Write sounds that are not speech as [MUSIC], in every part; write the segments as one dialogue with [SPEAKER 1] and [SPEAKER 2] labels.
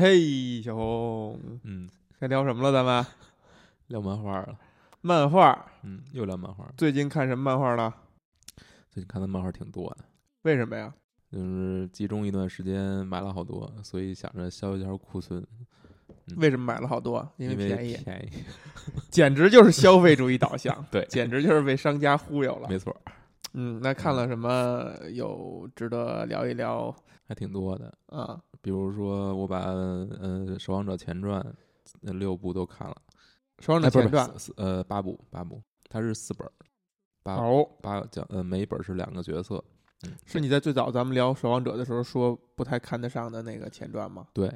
[SPEAKER 1] 嘿，小红，
[SPEAKER 2] 嗯，
[SPEAKER 1] 该聊什么了？咱们
[SPEAKER 2] 聊漫画了，
[SPEAKER 1] 漫画，
[SPEAKER 2] 嗯，又聊漫画了。
[SPEAKER 1] 最近看什么漫画了？
[SPEAKER 2] 最近看的漫画挺多的，
[SPEAKER 1] 为什么呀？
[SPEAKER 2] 就是集中一段时间买了好多，所以想着消一下库存，嗯
[SPEAKER 1] 为什么买了好多？因为
[SPEAKER 2] 为
[SPEAKER 1] 便宜，
[SPEAKER 2] 便宜，，
[SPEAKER 1] 简直就是消费主义导向
[SPEAKER 2] 对
[SPEAKER 1] 简直就是被商家忽悠了
[SPEAKER 2] 没。错，
[SPEAKER 1] 嗯，那看了什么有值得聊一聊
[SPEAKER 2] 还挺多的。
[SPEAKER 1] 啊？
[SPEAKER 2] 比如说，我把呃《守望者前传》呃六部都看了，
[SPEAKER 1] 《守望者
[SPEAKER 2] 哎不是
[SPEAKER 1] 前传
[SPEAKER 2] 不》是啊四呃八部八部，它是四本儿，八
[SPEAKER 1] 哦，
[SPEAKER 2] 八讲呃每一本是两个角色，
[SPEAKER 1] 是你在最早咱们聊《守望者》的时候说不太看得上的那个前传吗？
[SPEAKER 2] 对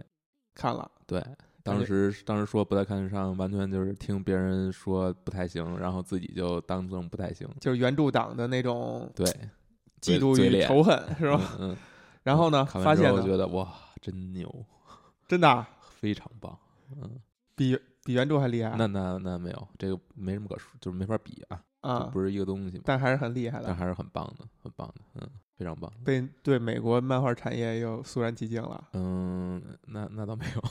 [SPEAKER 1] 看了，
[SPEAKER 2] 对。
[SPEAKER 1] 感
[SPEAKER 2] 当
[SPEAKER 1] 觉
[SPEAKER 2] 时当时说不太看得上，完全就是听别人说不太行，然后自己就当成不太行。
[SPEAKER 1] 就是原著党的那种
[SPEAKER 2] 对，
[SPEAKER 1] 嫉
[SPEAKER 2] 嘴
[SPEAKER 1] 妒
[SPEAKER 2] 嘴
[SPEAKER 1] 与
[SPEAKER 2] 脸
[SPEAKER 1] 仇恨，是吧？
[SPEAKER 2] 嗯，嗯
[SPEAKER 1] 然后呢，
[SPEAKER 2] 看
[SPEAKER 1] 发
[SPEAKER 2] 完之
[SPEAKER 1] 现
[SPEAKER 2] 后
[SPEAKER 1] 呢
[SPEAKER 2] 觉得哇，真牛，
[SPEAKER 1] 真的啊
[SPEAKER 2] 非常棒。嗯，
[SPEAKER 1] 比比原著还厉害
[SPEAKER 2] 那那那没有，这个没什么可说，就是没法比啊，
[SPEAKER 1] 啊
[SPEAKER 2] 就！不是一个东西嘛。
[SPEAKER 1] 但还是很厉害
[SPEAKER 2] 但
[SPEAKER 1] 的，
[SPEAKER 2] 还是很棒的，很棒的，嗯，非常棒。
[SPEAKER 1] 被对美国漫画产业又肃然起敬了。
[SPEAKER 2] 嗯，那那倒没有，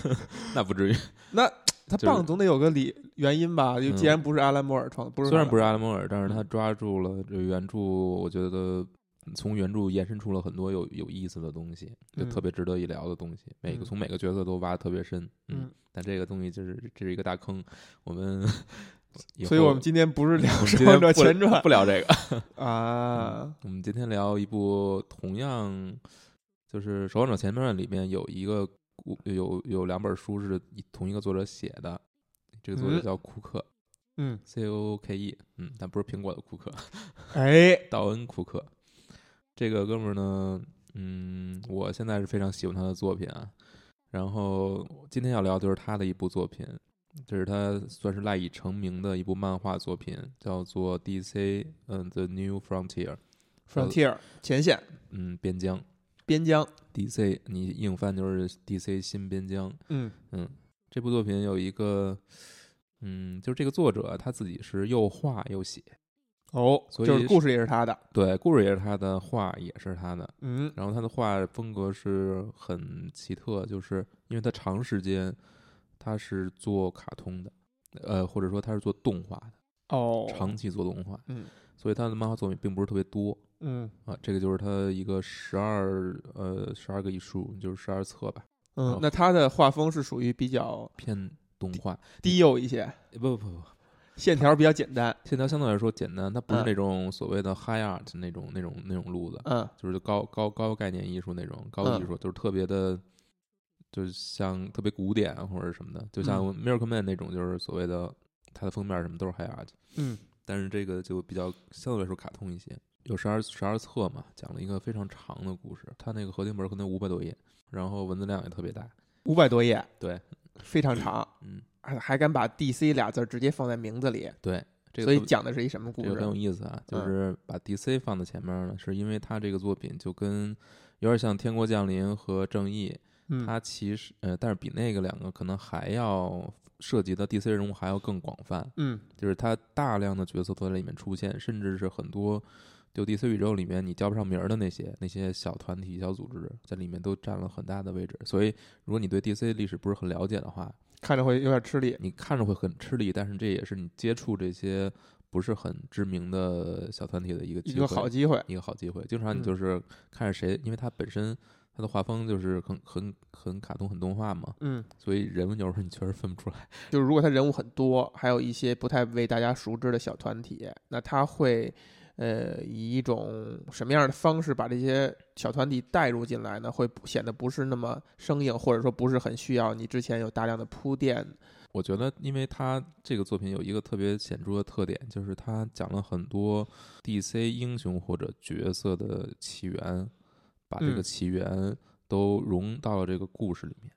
[SPEAKER 2] [LAUGHS] 那不至于。
[SPEAKER 1] 那他
[SPEAKER 2] 就是
[SPEAKER 1] 棒总得有个理原因吧？就
[SPEAKER 2] 嗯
[SPEAKER 1] 既然不是阿兰摩尔创，不是嗯
[SPEAKER 2] 虽然不是
[SPEAKER 1] 阿
[SPEAKER 2] 阿
[SPEAKER 1] 兰
[SPEAKER 2] 拉摩尔，但是他抓住了这原著，我觉得从原著延伸出了很多有有意思的东西，就
[SPEAKER 1] 嗯
[SPEAKER 2] 特别值得一聊的东西。每
[SPEAKER 1] 嗯
[SPEAKER 2] 个从每个角色都挖得特别深，嗯
[SPEAKER 1] 嗯，
[SPEAKER 2] 但这个东西就是这是一个大坑，我们 [LAUGHS] 以
[SPEAKER 1] 所以
[SPEAKER 2] 后
[SPEAKER 1] 我们今天不是聊
[SPEAKER 2] 我们
[SPEAKER 1] 《守
[SPEAKER 2] 今
[SPEAKER 1] 望
[SPEAKER 2] 天
[SPEAKER 1] 者
[SPEAKER 2] 不
[SPEAKER 1] 前传
[SPEAKER 2] 不聊这个，》 [LAUGHS]
[SPEAKER 1] 啊，
[SPEAKER 2] 我们今天聊一部同样就是《守望者前传》里面有一个故有有两本书是一同一个作者写的，这个作者
[SPEAKER 1] 嗯
[SPEAKER 2] 叫库克、
[SPEAKER 1] 嗯，
[SPEAKER 2] C O K E，嗯，但不是苹果的库克，
[SPEAKER 1] 哎，
[SPEAKER 2] 道恩·库克。这个哥们儿呢，嗯，我现在是非常喜欢他的作品啊。然后今天要聊就是他的一部作品，这是他算是赖以成名的一部漫画作品，叫做《DC 嗯 The New Frontier》，
[SPEAKER 1] Frontier 前线
[SPEAKER 2] 嗯，边疆。
[SPEAKER 1] 边疆，
[SPEAKER 2] DC，你硬翻就是 DC 新边疆。
[SPEAKER 1] 嗯
[SPEAKER 2] 这部作品有一个，嗯，就是这个作者他自己是又画又写，
[SPEAKER 1] 哦，
[SPEAKER 2] 所以
[SPEAKER 1] 就是故事也是他的，
[SPEAKER 2] 对，故事也是他的，画也是他的。
[SPEAKER 1] 嗯
[SPEAKER 2] 然后他的画风格是很奇特，就是因为他长时间他是做卡通的，呃，或者说他是做动画的，
[SPEAKER 1] 哦，
[SPEAKER 2] 长期做动画，
[SPEAKER 1] 嗯
[SPEAKER 2] 所以他的漫画作品并不是特别多
[SPEAKER 1] 嗯
[SPEAKER 2] 啊。这个就是他一个十二呃十二个一书，就是十二册吧，
[SPEAKER 1] 嗯
[SPEAKER 2] 哦，
[SPEAKER 1] 那他的画风是属于比较
[SPEAKER 2] 偏动画。
[SPEAKER 1] 低幼一些，
[SPEAKER 2] 呃不不不，
[SPEAKER 1] 线条比较简单，
[SPEAKER 2] 线条相对来说简单，它不是
[SPEAKER 1] 嗯
[SPEAKER 2] 那种所谓的 high art 那种那种那种路子，
[SPEAKER 1] 嗯
[SPEAKER 2] 就是高高高概念艺术那种高
[SPEAKER 1] 嗯
[SPEAKER 2] 艺术，就是特别的，就是像特别古典啊或者什么的，就
[SPEAKER 1] 嗯
[SPEAKER 2] 像 Miracle Man 那种，就是所谓的它的封面什么都是 high art，
[SPEAKER 1] 嗯
[SPEAKER 2] 但是这个就比较相对来说卡通一些，有十二十二册嘛，讲了一个非常长的故事，它那个合订本可能五百多页，然后文字量也特别大，
[SPEAKER 1] 五百多页，
[SPEAKER 2] 对，
[SPEAKER 1] 非常长，
[SPEAKER 2] 嗯，
[SPEAKER 1] 还还敢把 DC 俩字儿直接放在名字里，
[SPEAKER 2] 对，这个
[SPEAKER 1] 所以
[SPEAKER 2] 特别
[SPEAKER 1] 讲的是一什么故
[SPEAKER 2] 这个很有
[SPEAKER 1] 事？
[SPEAKER 2] 意思啊，就
[SPEAKER 1] 嗯
[SPEAKER 2] 是把 DC 放在前面呢，是因为他这个作品就跟有点像《天国降临》和《正义》，
[SPEAKER 1] 嗯
[SPEAKER 2] 它其实呃，但是比那个两个可能还要涉及的 DC 人物还要更广泛，
[SPEAKER 1] 嗯
[SPEAKER 2] 就是它大量的角色都在里面出现，甚至是很多就 DC 宇宙里面你叫不上名儿的那些那些小团体、小组织，在里面都占了很大的位置。所以，如果你对 DC 历史不是很了解的话，
[SPEAKER 1] 看着会有点吃力，
[SPEAKER 2] 你看着会很吃力，但是这也是你接触这些不是很知名的小团体的一个
[SPEAKER 1] 一
[SPEAKER 2] 机
[SPEAKER 1] 个
[SPEAKER 2] 会，
[SPEAKER 1] 好机会，
[SPEAKER 2] 一个好机会。经常
[SPEAKER 1] 嗯
[SPEAKER 2] 你就是看着谁，因为他本身他的画风就是很很很卡通、很动画嘛，
[SPEAKER 1] 嗯，
[SPEAKER 2] 所以人有时候你确实分不出来。
[SPEAKER 1] 就是如果他人物很多，还有一些不太为大家熟知的小团体，那他会。呃，以一种什么样的方式把这些小团体带入进来呢？会不显得不是那么生硬，或者说不是很需要你之前有大量的铺垫。
[SPEAKER 2] 我觉得，因为他这个作品有一个特别显著的特点，就是他讲了很多 DC 英雄或者角色的起源，把这
[SPEAKER 1] 嗯
[SPEAKER 2] 个起源都融到了这个故事里面。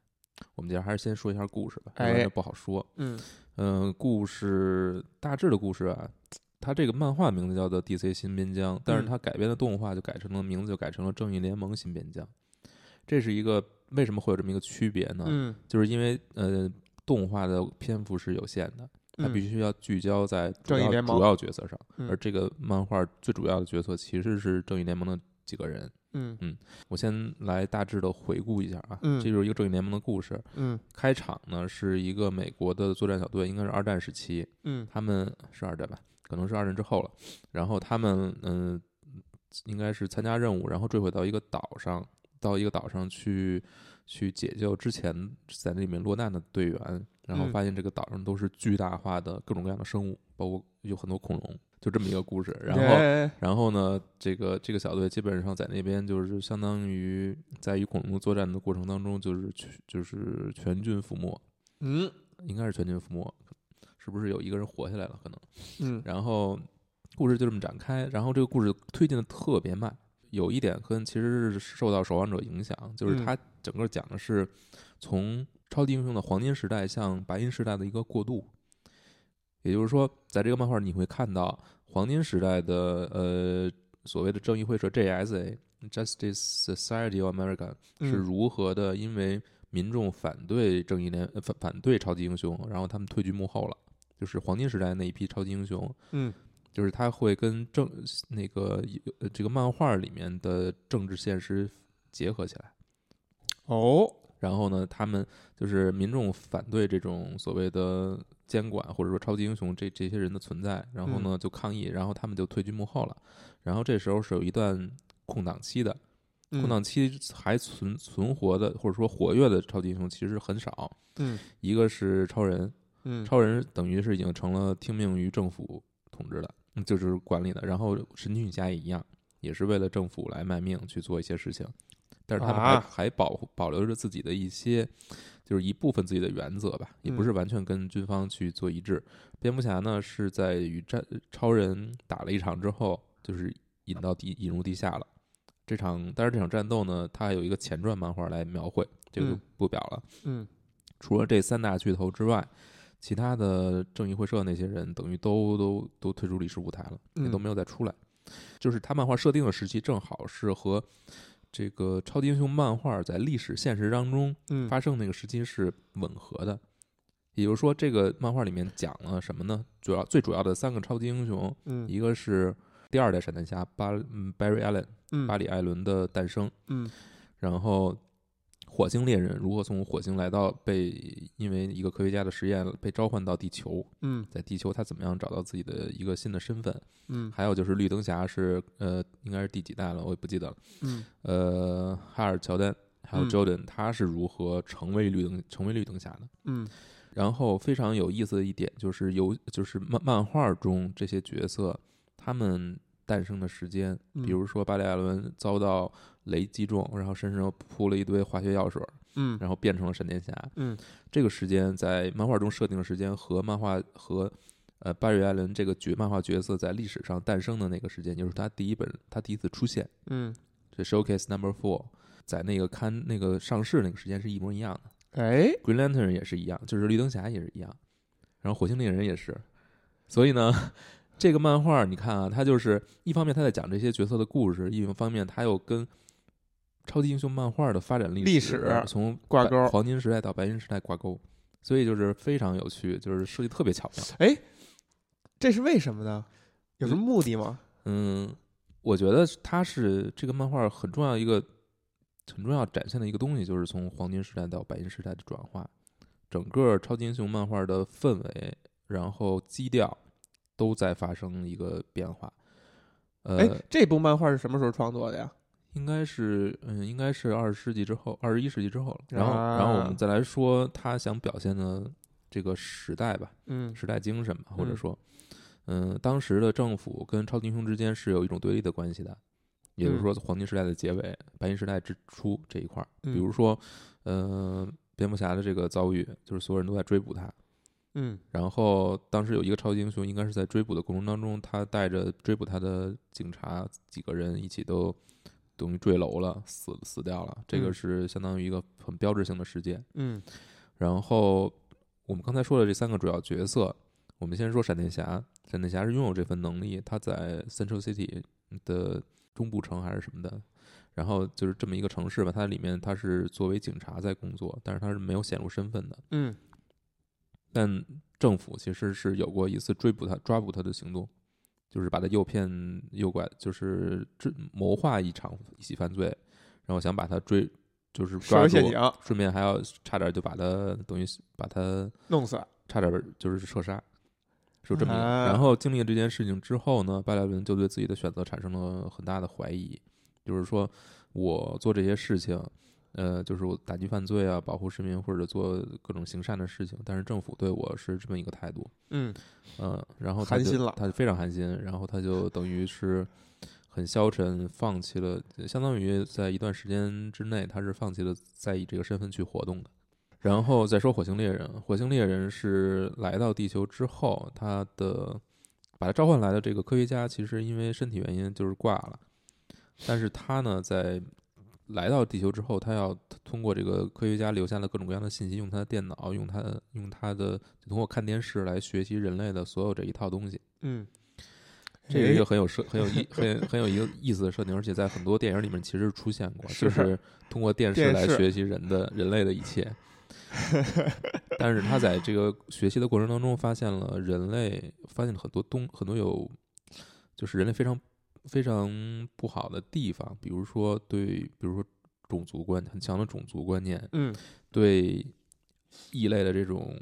[SPEAKER 2] 我们今天还是先说一下故事吧，要
[SPEAKER 1] 哎
[SPEAKER 2] 不然就不好说。
[SPEAKER 1] 嗯
[SPEAKER 2] 嗯，故事大致的故事啊，它这个漫画名字叫做《DC 新边疆》，但是
[SPEAKER 1] 嗯
[SPEAKER 2] 它改编的动画就改成了名字就改成了《正义联盟新边疆》，这是一个为什么会有这么一个区别呢？
[SPEAKER 1] 嗯，
[SPEAKER 2] 就是因为呃，动画的篇幅是有限的，它
[SPEAKER 1] 嗯
[SPEAKER 2] 必须要聚焦在主
[SPEAKER 1] 正义
[SPEAKER 2] 要
[SPEAKER 1] 联盟
[SPEAKER 2] 主要角色上，
[SPEAKER 1] 嗯
[SPEAKER 2] 而这个漫画最主要的角色其实是正义联盟的几个人。
[SPEAKER 1] 嗯
[SPEAKER 2] 我先来大致的回顾一下啊，
[SPEAKER 1] 嗯
[SPEAKER 2] 这就是一个正义联盟的故事。
[SPEAKER 1] 嗯
[SPEAKER 2] 开场呢是一个美国的作战小队，应该是二战时期，
[SPEAKER 1] 嗯
[SPEAKER 2] 他们是二战吧，可能是二战之后了。然后他们嗯、应该是参加任务，然后坠毁到一个岛上，到一个岛上去去解救之前在那里面落难的队员，然后
[SPEAKER 1] 嗯
[SPEAKER 2] 发现这个岛上都是巨大化的各种各样的生物，包括有很多恐龙，就这么一个故事。然后
[SPEAKER 1] 哎
[SPEAKER 2] 然后呢，这个这个小队基本上在那边就是相当于在与恐龙作战的过程当中，就是去就是全军覆没，
[SPEAKER 1] 嗯
[SPEAKER 2] 应该是全军覆没，是不是有一个人活下来了？可能。
[SPEAKER 1] 嗯
[SPEAKER 2] 然后故事就这么展开，然后这个故事推进的特别慢，有一点跟其实是受到《守望者》影响，就是
[SPEAKER 1] 嗯
[SPEAKER 2] 它整个讲的是从超级英雄的黄金时代向白银时代的一个过渡，也就是说，在这个漫画你会看到黄金时代的呃所谓的正义会社 JSA。Justice Society of America
[SPEAKER 1] 嗯
[SPEAKER 2] 是如何的？因为民众反对正义联呃反反对超级英雄，然后他们退居幕后了。就是黄金时代那一批超级英雄，
[SPEAKER 1] 嗯
[SPEAKER 2] 就是他会跟政那个呃这个漫画里面的政治现实结合起来。
[SPEAKER 1] 哦
[SPEAKER 2] 然后呢，他们就是民众反对这种所谓的监管或者说超级英雄这这些人的存在，然后呢就抗议，然后他们就退居幕后了。然后这时候是有一段空档期的，
[SPEAKER 1] 嗯
[SPEAKER 2] 空档期还存存活的或者说活跃的超级英雄其实很少，
[SPEAKER 1] 嗯
[SPEAKER 2] 一个是超人，
[SPEAKER 1] 嗯
[SPEAKER 2] 超人等于是已经成了听命于政府统治的，嗯就是管理的。然后神奇女侠也一样，也是为了政府来卖命去做一些事情，但是他们还、
[SPEAKER 1] 啊
[SPEAKER 2] 还保护保留着自己的一些，就是一部分自己的原则吧，也
[SPEAKER 1] 嗯
[SPEAKER 2] 不是完全跟军方去做一致。蝙蝠侠呢是在与战超人打了一场之后，就是引到地引入地下了。这场，但是这场战斗呢，它还有一个前传漫画来描绘，这个就
[SPEAKER 1] 嗯
[SPEAKER 2] 不表了。
[SPEAKER 1] 嗯
[SPEAKER 2] 除了这三大巨头之外，其他的正义会社那些人等于都都都退出历史舞台了，也
[SPEAKER 1] 嗯
[SPEAKER 2] 都没有再出来。就是他漫画设定的时期，正好是和这个超级英雄漫画在历史现实当中
[SPEAKER 1] 嗯
[SPEAKER 2] 发生那个时期是吻合的。也就是说，这个漫画里面讲了什么呢？主要最主要的三个超级英雄，
[SPEAKER 1] 嗯
[SPEAKER 2] 一个是第二代闪电侠巴嗯 Barry Allen
[SPEAKER 1] 嗯
[SPEAKER 2] 巴里艾伦的诞生，
[SPEAKER 1] 嗯
[SPEAKER 2] 然后火星猎人如何从火星来到被因为一个科学家的实验被召唤到地球，
[SPEAKER 1] 嗯
[SPEAKER 2] 在地球他怎么样找到自己的一个新的身份？
[SPEAKER 1] 嗯
[SPEAKER 2] 还有就是绿灯侠是呃应该是第几代了，我也不记得了。
[SPEAKER 1] 嗯
[SPEAKER 2] 呃，哈尔乔丹还有
[SPEAKER 1] 嗯
[SPEAKER 2] Jordan、他是如何成为绿灯成为绿灯侠的？
[SPEAKER 1] 嗯
[SPEAKER 2] 然后非常有意思的一点就是游就是漫漫画中这些角色他们诞生的时间，
[SPEAKER 1] 嗯
[SPEAKER 2] 比如说巴里艾伦遭到雷击中，然后身上又铺了一堆化学药水，
[SPEAKER 1] 嗯
[SPEAKER 2] 然后变成了闪电侠。
[SPEAKER 1] 嗯
[SPEAKER 2] 这个时间在漫画中设定的时间和漫画和呃巴里艾伦这个角漫画角色在历史上诞生的那个时间，就是他第一本他第一次出现，
[SPEAKER 1] 嗯
[SPEAKER 2] 这 Showcase Number Four 在那个刊那个上市那个时间是一模一样的。
[SPEAKER 1] 哎
[SPEAKER 2] Green Lantern 也是一样，就是绿灯侠也是一样，然后火星猎人也是。所以呢，这个漫画你看啊，它就是一方面它在讲这些角色的故事，一方面它又跟超级英雄漫画的发展历
[SPEAKER 1] 历
[SPEAKER 2] 史
[SPEAKER 1] 史
[SPEAKER 2] 从
[SPEAKER 1] 挂
[SPEAKER 2] 白
[SPEAKER 1] 钩
[SPEAKER 2] 黄金时代到白银时代挂钩，所以就是非常有趣，就是设计特别巧妙。
[SPEAKER 1] 哎，这是为什么呢？有什么目的吗？
[SPEAKER 2] 嗯，我觉得它是这个漫画很重要一个很重要展现的一个东西，就是从黄金时代到白银时代的转化，整个超级英雄漫画的氛围，然后基调都在发生一个变化。
[SPEAKER 1] 哎
[SPEAKER 2] 呃，，
[SPEAKER 1] 这部漫画是什么时候创作的呀？
[SPEAKER 2] 应该是嗯，应该是二十世纪之后，二十一世纪之后了。然后，
[SPEAKER 1] 啊
[SPEAKER 2] 然后我们再来说他想表现的这个时代吧。
[SPEAKER 1] 嗯
[SPEAKER 2] 时代精神吧，或者
[SPEAKER 1] 嗯
[SPEAKER 2] 说，嗯、当时的政府跟超级英雄之间是有一种对立的关系的，也就是
[SPEAKER 1] 嗯
[SPEAKER 2] 说，黄金时代的结尾，白银时代之初这一块儿，比
[SPEAKER 1] 嗯
[SPEAKER 2] 如说，嗯、蝙蝠侠的这个遭遇，就是所有人都在追捕他，
[SPEAKER 1] 嗯
[SPEAKER 2] 然后当时有一个超级英雄，应该是在追捕的过程当中，他带着追捕他的警察几个人一起都等于坠楼了，死死掉了，这个
[SPEAKER 1] 嗯
[SPEAKER 2] 是相当于一个很标志性的事件。
[SPEAKER 1] 嗯
[SPEAKER 2] 然后我们刚才说的这三个主要角色，我们先说闪电侠。闪电侠是拥有这份能力，他在 Central City 的中部城还是什么的，然后就是这么一个城市吧。它里面他是作为警察在工作，但是他是没有显露身份的。
[SPEAKER 1] 嗯
[SPEAKER 2] 但政府其实是有过一次追捕他、抓捕他的行动，就是把他诱骗、诱拐，就是这谋划一场一起犯罪，然后想把他追，就是
[SPEAKER 1] 设
[SPEAKER 2] 抓
[SPEAKER 1] 个
[SPEAKER 2] 住
[SPEAKER 1] 陷，阱，
[SPEAKER 2] 顺便还要差点就把他等于把他
[SPEAKER 1] 弄死了。
[SPEAKER 2] 差点就是射杀，是有这么一个。
[SPEAKER 1] 啊
[SPEAKER 2] 然后经历了这件事情之后呢，拜莱文就对自己的选择产生了很大的怀疑，就是说我做这些事情，呃，就是我打击犯罪啊，保护市民或者做各种行善的事情，但是政府对我是这么一个态度，
[SPEAKER 1] 嗯，
[SPEAKER 2] 嗯，然后他
[SPEAKER 1] 寒
[SPEAKER 2] 就
[SPEAKER 1] 心了
[SPEAKER 2] 他就非常寒心，然后他
[SPEAKER 1] [LAUGHS]
[SPEAKER 2] 就等于是很消沉，放弃了，相当于在一段时间之内，他是放弃了再以这个身份去活动的。然后再说火星猎人，火星猎人是来到地球之后，他的把他召唤来的这个科学家，其实因为身体原因就是挂了，但是他呢，在来到地球之后，他要通过这个科学家留下的各种各样的信息，用他的电脑，用他用他的通过看电视来学习人类的所有这一套东西。
[SPEAKER 1] 嗯，
[SPEAKER 2] 这是一个
[SPEAKER 1] 哎
[SPEAKER 2] 很有设、很有意、很有很有一个意思的设定，而且在很多电影里面其实出现过，
[SPEAKER 1] 是
[SPEAKER 2] 就是通过电视
[SPEAKER 1] 电
[SPEAKER 2] 来
[SPEAKER 1] 视
[SPEAKER 2] 学习人的人类的一切。但是他在这个学习的过程当中，发现了人类发现了很多东很多有，就是人类非常非常不好的地方，比如说对，比如说种族观很强的种族观念，
[SPEAKER 1] [LAUGHS] 嗯，
[SPEAKER 2] 对异类的这种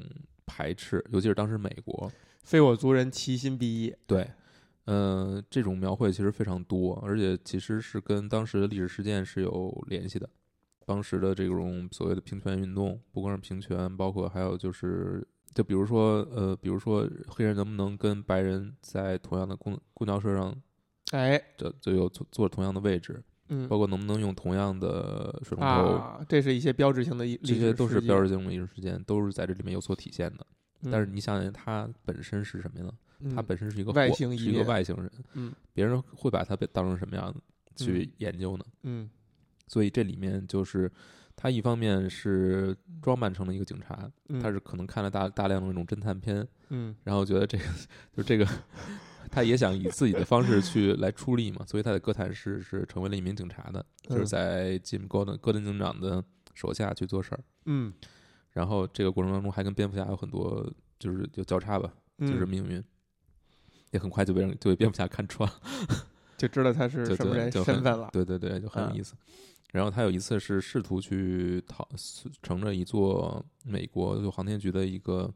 [SPEAKER 2] 排斥，尤其是当时美国，
[SPEAKER 1] 非我族人，其心必异。
[SPEAKER 2] 对，呃，这种描绘其实非常多，而且其实是跟当时的历史事件是有联系的。当时的这种所谓的平权运动，不光是平权，包括还有就是，就比如说，呃，比如说黑人能不能跟白人在同样的公公交车上，
[SPEAKER 1] 哎，
[SPEAKER 2] 这就有坐坐同样的位置，
[SPEAKER 1] 嗯
[SPEAKER 2] 包括能不能用同样的水龙头，
[SPEAKER 1] 啊，这是一些标志性的一
[SPEAKER 2] 这
[SPEAKER 1] 历
[SPEAKER 2] 些
[SPEAKER 1] 史
[SPEAKER 2] 都是
[SPEAKER 1] 事迹
[SPEAKER 2] 标志性的历史事件，都是在这里面有所体现的。但是
[SPEAKER 1] 嗯
[SPEAKER 2] 你想想，它本身是什么呢？
[SPEAKER 1] 嗯
[SPEAKER 2] 他本身是一个
[SPEAKER 1] 外
[SPEAKER 2] 火
[SPEAKER 1] 星
[SPEAKER 2] 是
[SPEAKER 1] 移
[SPEAKER 2] 一个
[SPEAKER 1] 民
[SPEAKER 2] 外星人，
[SPEAKER 1] 嗯，
[SPEAKER 2] 别人会把他被当成什么样子去研究呢？
[SPEAKER 1] 嗯
[SPEAKER 2] 所以这里面就是他一方面是装扮成了一个警察，
[SPEAKER 1] 嗯
[SPEAKER 2] 他是可能看了大大量的那种侦探片，
[SPEAKER 1] 嗯
[SPEAKER 2] 然后觉得这个就这个， [LAUGHS] 他也想以自己的方式去来出力嘛，所以他在哥谭市是成为了一名警察的，就是
[SPEAKER 1] 嗯
[SPEAKER 2] 在 Jim Gordon Gordon 警长的手下去做事儿，
[SPEAKER 1] 嗯
[SPEAKER 2] 然后这个过程当中还跟蝙蝠侠有很多就是就交叉吧，
[SPEAKER 1] 嗯
[SPEAKER 2] 就是命运，也很快就被人就被蝙蝠侠看穿了。 [LAUGHS]
[SPEAKER 1] 就知道他是
[SPEAKER 2] 就
[SPEAKER 1] 什么
[SPEAKER 2] 对
[SPEAKER 1] 人
[SPEAKER 2] 就
[SPEAKER 1] 身
[SPEAKER 2] 很
[SPEAKER 1] 份了。
[SPEAKER 2] 对对对，就很有
[SPEAKER 1] 嗯
[SPEAKER 2] 意思。然后他有一次是试图去逃，乘着一座美国就航天局的一个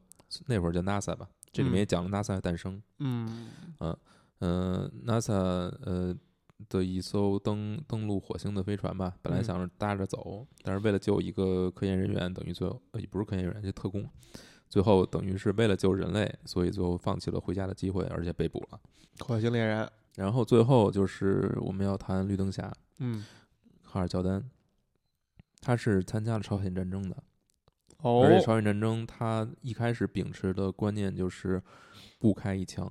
[SPEAKER 2] 那会儿叫 NASA 吧，这里面
[SPEAKER 1] 嗯
[SPEAKER 2] 也讲了 NASA 的诞生。
[SPEAKER 1] 嗯
[SPEAKER 2] 嗯、n a s a 呃的一艘登登陆火星的飞船吧，本来
[SPEAKER 1] 嗯
[SPEAKER 2] 想着搭着走，但是为了救一个科研人员，等于最后呃也不是科研人员，这特工，最后等于是为了救人类，所以最后放弃了回家的机会，而且被捕了。
[SPEAKER 1] 火星猎人，
[SPEAKER 2] 然后最后就是我们要谈绿灯侠
[SPEAKER 1] 嗯
[SPEAKER 2] 哈尔乔丹，他是参加了朝鲜战争的，
[SPEAKER 1] 哦
[SPEAKER 2] 而且朝鲜战争他一开始秉持的观念就是不开一枪，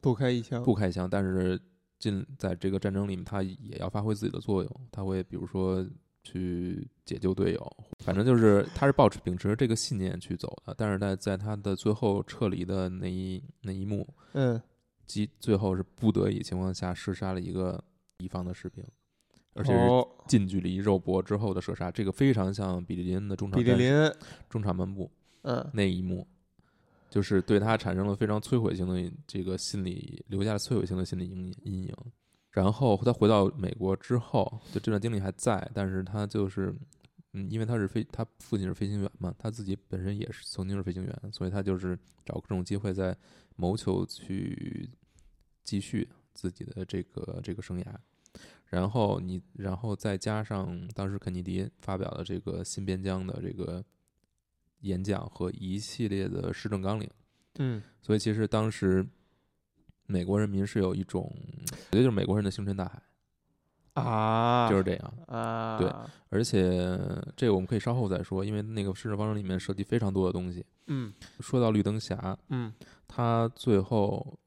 [SPEAKER 1] 不开一枪，
[SPEAKER 2] 不开枪，但是进在这个战争里面，他也要发挥自己的作用，他会比如说去解救队友，反正就是他是抱持秉持这个信念去走的，但是在在他的最后撤离的那一那一幕，
[SPEAKER 1] 嗯
[SPEAKER 2] 即最后是不得已情况下射杀了一个敌方的士兵，而且是
[SPEAKER 1] 哦，
[SPEAKER 2] 近距离肉搏之后的射杀，这个非常像比利林恩的中场
[SPEAKER 1] 比利
[SPEAKER 2] 战
[SPEAKER 1] 林
[SPEAKER 2] 术
[SPEAKER 1] 恩，
[SPEAKER 2] 中场漫步
[SPEAKER 1] 嗯
[SPEAKER 2] 那一幕，就是对他产生了非常摧毁性的这个心理，留下了摧毁性的心理阴阴影。然后他回到美国之后，就这段经历还在，但是他就是，嗯，因为他是飞，他父亲是飞行员嘛，他自己本身也是曾经是飞行员，所以他就是找各种机会在谋求去继续自己的这个这个生涯。然后你，然后再加上当时肯尼迪发表的这个新边疆的这个演讲和一系列的施政纲领，
[SPEAKER 1] 嗯
[SPEAKER 2] 所以其实当时美国人民是有一种，我觉得就是美国人的星辰大海
[SPEAKER 1] 啊，
[SPEAKER 2] 就是这样。
[SPEAKER 1] 啊，
[SPEAKER 2] 对，而且这个我们可以稍后再说，因为那个施政方针里面涉及非常多的东西。
[SPEAKER 1] 嗯
[SPEAKER 2] 说到绿灯侠，
[SPEAKER 1] 嗯
[SPEAKER 2] 他最后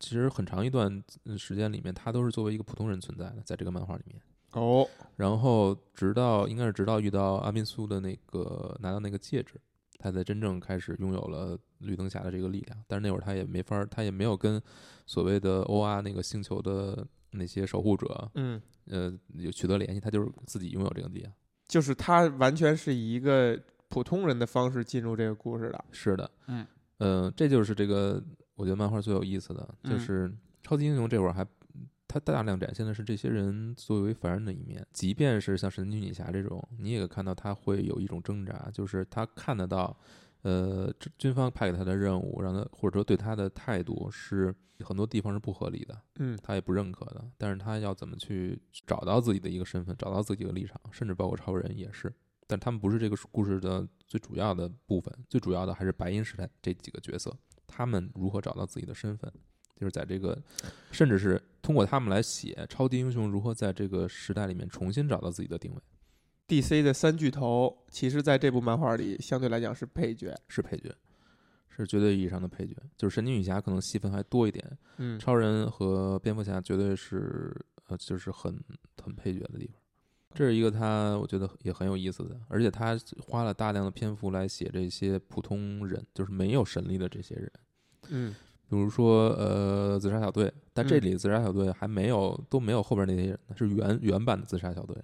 [SPEAKER 2] 其实很长一段呃时间里面，他都是作为一个普通人存在的，在这个漫画里面。
[SPEAKER 1] 哦，
[SPEAKER 2] 然后直到应该是直到遇到阿宾苏的那个拿到那个戒指，他才真正开始拥有了绿灯侠的这个力量。但是那会儿他也没法儿，他也没有跟所谓的欧阿那个星球的那些守护者，
[SPEAKER 1] 嗯，
[SPEAKER 2] 呃，有取得联系，他就是自己拥有这个力量。
[SPEAKER 1] 就是他完全是以一个普通人的方式进入这个故事的，
[SPEAKER 2] 是的，
[SPEAKER 1] 嗯，
[SPEAKER 2] 呃，这就是这个我觉得漫画最有意思的，就
[SPEAKER 1] 嗯
[SPEAKER 2] 是超级英雄这会儿还他大量展现的是这些人作为凡人的一面，即便是像神奇女侠这种，你也看到他会有一种挣扎，就是他看得到，呃，这军方派给他的任务，让他或者说对他的态度是很多地方是不合理的，
[SPEAKER 1] 嗯
[SPEAKER 2] 他也不认可的，但是他要怎么去找到自己的一个身份，找到自己的立场，甚至包括超人也是，但他们不是这个故事的最主要的部分，最主要的还是白银时代这几个角色，他们如何找到自己的身份，就是在这个，甚至是通过他们来写超级英雄如何在这个时代里面重新找到自己的定位，
[SPEAKER 1] ，DC 的三巨头其实在这部漫画里相对来讲是配角，
[SPEAKER 2] 是配角，是绝对意义上的配角，就是神奇女侠可能戏份还多一点，
[SPEAKER 1] 嗯
[SPEAKER 2] 超人和蝙蝠侠绝对是呃，就是很很配角的地方。这是一个他我觉得也很有意思的，而且他花了大量的篇幅来写这些普通人，就是没有神力的这些人，
[SPEAKER 1] 嗯
[SPEAKER 2] 比如说呃自杀小队，但这
[SPEAKER 1] 嗯
[SPEAKER 2] 里自杀小队还没有都没有后边那些人，是原原版的自杀小队，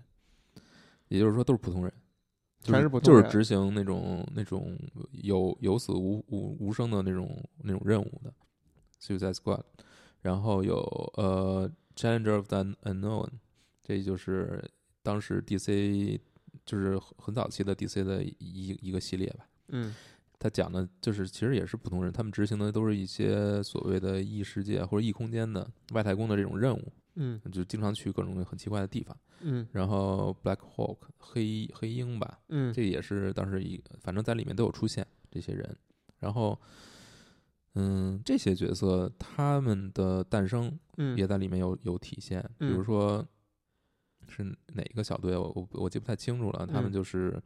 [SPEAKER 2] 也就是说都是普通人。就
[SPEAKER 1] 全是普通
[SPEAKER 2] 就是
[SPEAKER 1] 人
[SPEAKER 2] 执行那种那种有有死无无无生的那种那种任务的 Suicide Squad，然后有呃 Challenger of the Unknown，这就是当时 DC 就是很很早期的 DC 的一一个系列吧。
[SPEAKER 1] 嗯
[SPEAKER 2] 他讲的就是其实也是普通人，他们执行的都是一些所谓的异世界或者异空间的外太空的这种任务，
[SPEAKER 1] 嗯
[SPEAKER 2] 就经常去各种很奇怪的地方。
[SPEAKER 1] 嗯
[SPEAKER 2] 然后 Black Hawk 黑黑鹰吧，
[SPEAKER 1] 嗯，
[SPEAKER 2] 这也是当时一，反正在里面都有出现这些人。然后，嗯，这些角色他们的诞生
[SPEAKER 1] 嗯
[SPEAKER 2] 也在里面有有体现，比
[SPEAKER 1] 嗯
[SPEAKER 2] 如说是哪一个小队，我我我记不太清楚了。他们
[SPEAKER 1] 嗯
[SPEAKER 2] 就是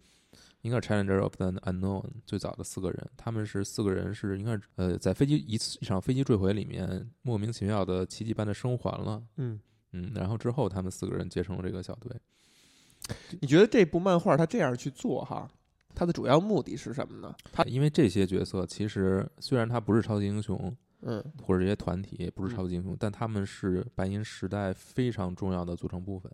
[SPEAKER 2] 应该是 Challenger of the Unknown 最早的四个人，他们是四个人是应该是呃在飞机一次一场飞机坠毁里面莫名其妙的奇迹般的生还了，
[SPEAKER 1] 嗯，
[SPEAKER 2] 嗯，然后之后他们四个人结成了这个小队。
[SPEAKER 1] 你觉得这部漫画它这样去做哈，它的主要目的是什么呢？它
[SPEAKER 2] 因为这些角色其实虽然他不是超级英雄，
[SPEAKER 1] 嗯
[SPEAKER 2] 或者这些团体也不
[SPEAKER 1] 嗯
[SPEAKER 2] 是超级英雄，但他们是白银时代非常重要的组成部分。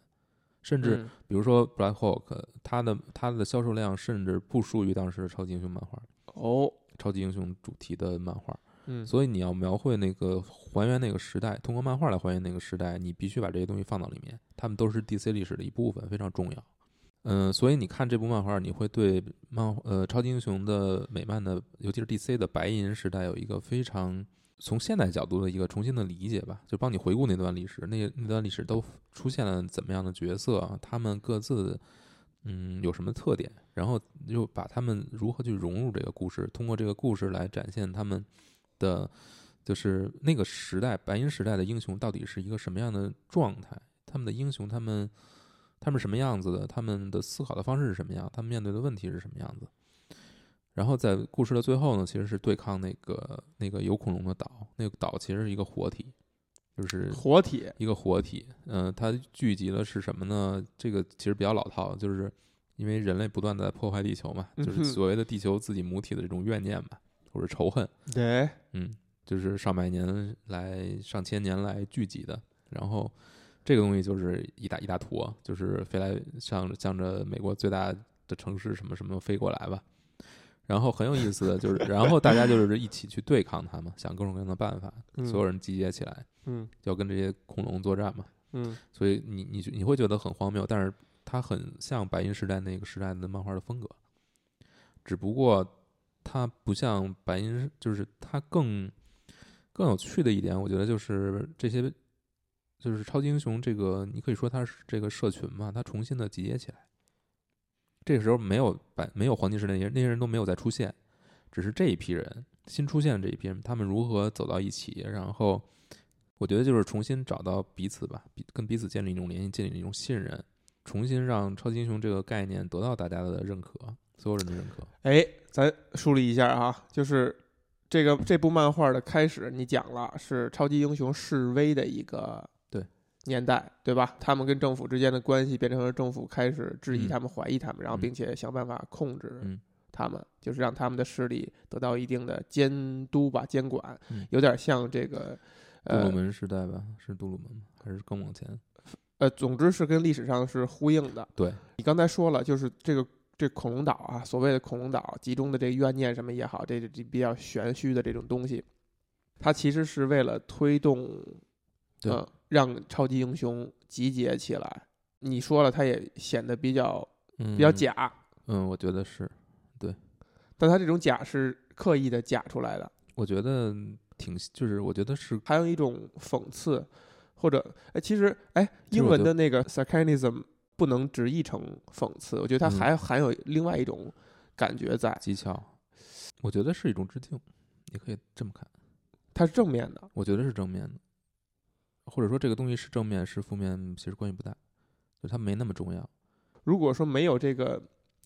[SPEAKER 2] 甚至
[SPEAKER 1] 嗯
[SPEAKER 2] 比如说 Black Hawk，它的它的销售量甚至不输于当时的超级英雄漫画、
[SPEAKER 1] 哦
[SPEAKER 2] 超级英雄主题的漫画。
[SPEAKER 1] 嗯
[SPEAKER 2] 所以你要描绘那个还原那个时代，通过漫画来还原那个时代，你必须把这些东西放到里面，他们都是 DC 历史的一部分，非常重要。嗯，所以你看这部漫画，你会对漫呃超级英雄的美漫的，尤其是 DC 的白银时代有一个非常从现代角度的一个重新的理解吧，就帮你回顾那段历史，那那段历史都出现了怎么样的角色，啊他们各自嗯有什么特点，然后又把他们如何去融入这个故事，通过这个故事来展现他们的，就是那个时代白银时代的英雄到底是一个什么样的状态，他们的英雄他们他们是什么样子的，他们的思考的方式是什么样，他们面对的问题是什么样子。然后在故事的最后呢，其实是对抗那个那个有恐龙的岛，那个岛其实是一个活体，就是
[SPEAKER 1] 活体
[SPEAKER 2] 一个活体。嗯、它聚集的是什么呢？这个其实比较老套，就是因为人类不断的破坏地球嘛，就
[SPEAKER 1] 嗯
[SPEAKER 2] 是
[SPEAKER 1] 哼
[SPEAKER 2] 所谓的地球自己母体的这种怨念吧，或者仇恨。
[SPEAKER 1] 对
[SPEAKER 2] 嗯，就是上百年来、上千年来聚集的。然后这个东西就是一大一大坨，就是飞来向向着美国最大的城市什么什么飞过来吧。然后很有意思的就是，然后大家就是一起去对抗它嘛，想各种各样的办法，
[SPEAKER 1] 嗯
[SPEAKER 2] 所有人集结起来
[SPEAKER 1] 嗯
[SPEAKER 2] 要跟这些恐龙作战嘛。
[SPEAKER 1] 嗯
[SPEAKER 2] 所以你你你会觉得很荒谬，但是它很像白银时代那个时代的漫画的风格，只不过它不像白银，就是它更更有趣的一点，我觉得就是这些就是超级英雄这个，你可以说它是这个社群嘛，它重新的集结起来。这个时候没有白没有黄金时代那些那些人都没有再出现，只是这一批人新出现的这一批人，他们如何走到一起，然后我觉得就是重新找到彼此吧，彼跟彼此建立一种联系，建立一种信任，重新让超级英雄这个概念得到大家的认可，所有人的认可。
[SPEAKER 1] 哎，咱梳理一下啊，就是这个这部漫画的开始，你讲了是超级英雄示威的一个
[SPEAKER 2] 对
[SPEAKER 1] 年代，对吧？他们跟政府之间的关系变成了政府开始质疑
[SPEAKER 2] 嗯
[SPEAKER 1] 他们、怀疑他们，然后
[SPEAKER 2] 嗯
[SPEAKER 1] 并且想办法控制
[SPEAKER 2] 嗯
[SPEAKER 1] 他们，就是让他们的势力得到一定的监督吧、监管，
[SPEAKER 2] 嗯
[SPEAKER 1] 有点像这个。
[SPEAKER 2] 杜鲁
[SPEAKER 1] 呃
[SPEAKER 2] 门时代吧，是杜鲁门吗？还是更往前？
[SPEAKER 1] 呃，总之是跟历史上是呼应的。
[SPEAKER 2] 对，
[SPEAKER 1] 你刚才说了，就是这个这恐龙岛啊，所谓的恐龙岛集中的这个怨念什么也好，这这比较玄虚的这种东西，它其实是为了推动
[SPEAKER 2] 对
[SPEAKER 1] 嗯让超级英雄集结起来。你说了，他也显得比较
[SPEAKER 2] 嗯，
[SPEAKER 1] 比较假，
[SPEAKER 2] 嗯，我觉得是，
[SPEAKER 1] 但他这种假是刻意的假出来的，
[SPEAKER 2] 我觉得挺，就是我觉得是，
[SPEAKER 1] 还有一种讽刺，或者哎，其实哎，
[SPEAKER 2] 其实
[SPEAKER 1] 英
[SPEAKER 2] 我
[SPEAKER 1] 文
[SPEAKER 2] 觉
[SPEAKER 1] 的那个 sarcasm 不能直译成讽刺，我觉得它
[SPEAKER 2] 嗯
[SPEAKER 1] 还含有另外一种感觉在，
[SPEAKER 2] 技巧，我觉得是一种致敬，也可以这么看。
[SPEAKER 1] 它是正面的。
[SPEAKER 2] 我觉得是正面的，或者说这个东西是正面是负面，其实关系不大，就它没那么重要。
[SPEAKER 1] 如果说没有这个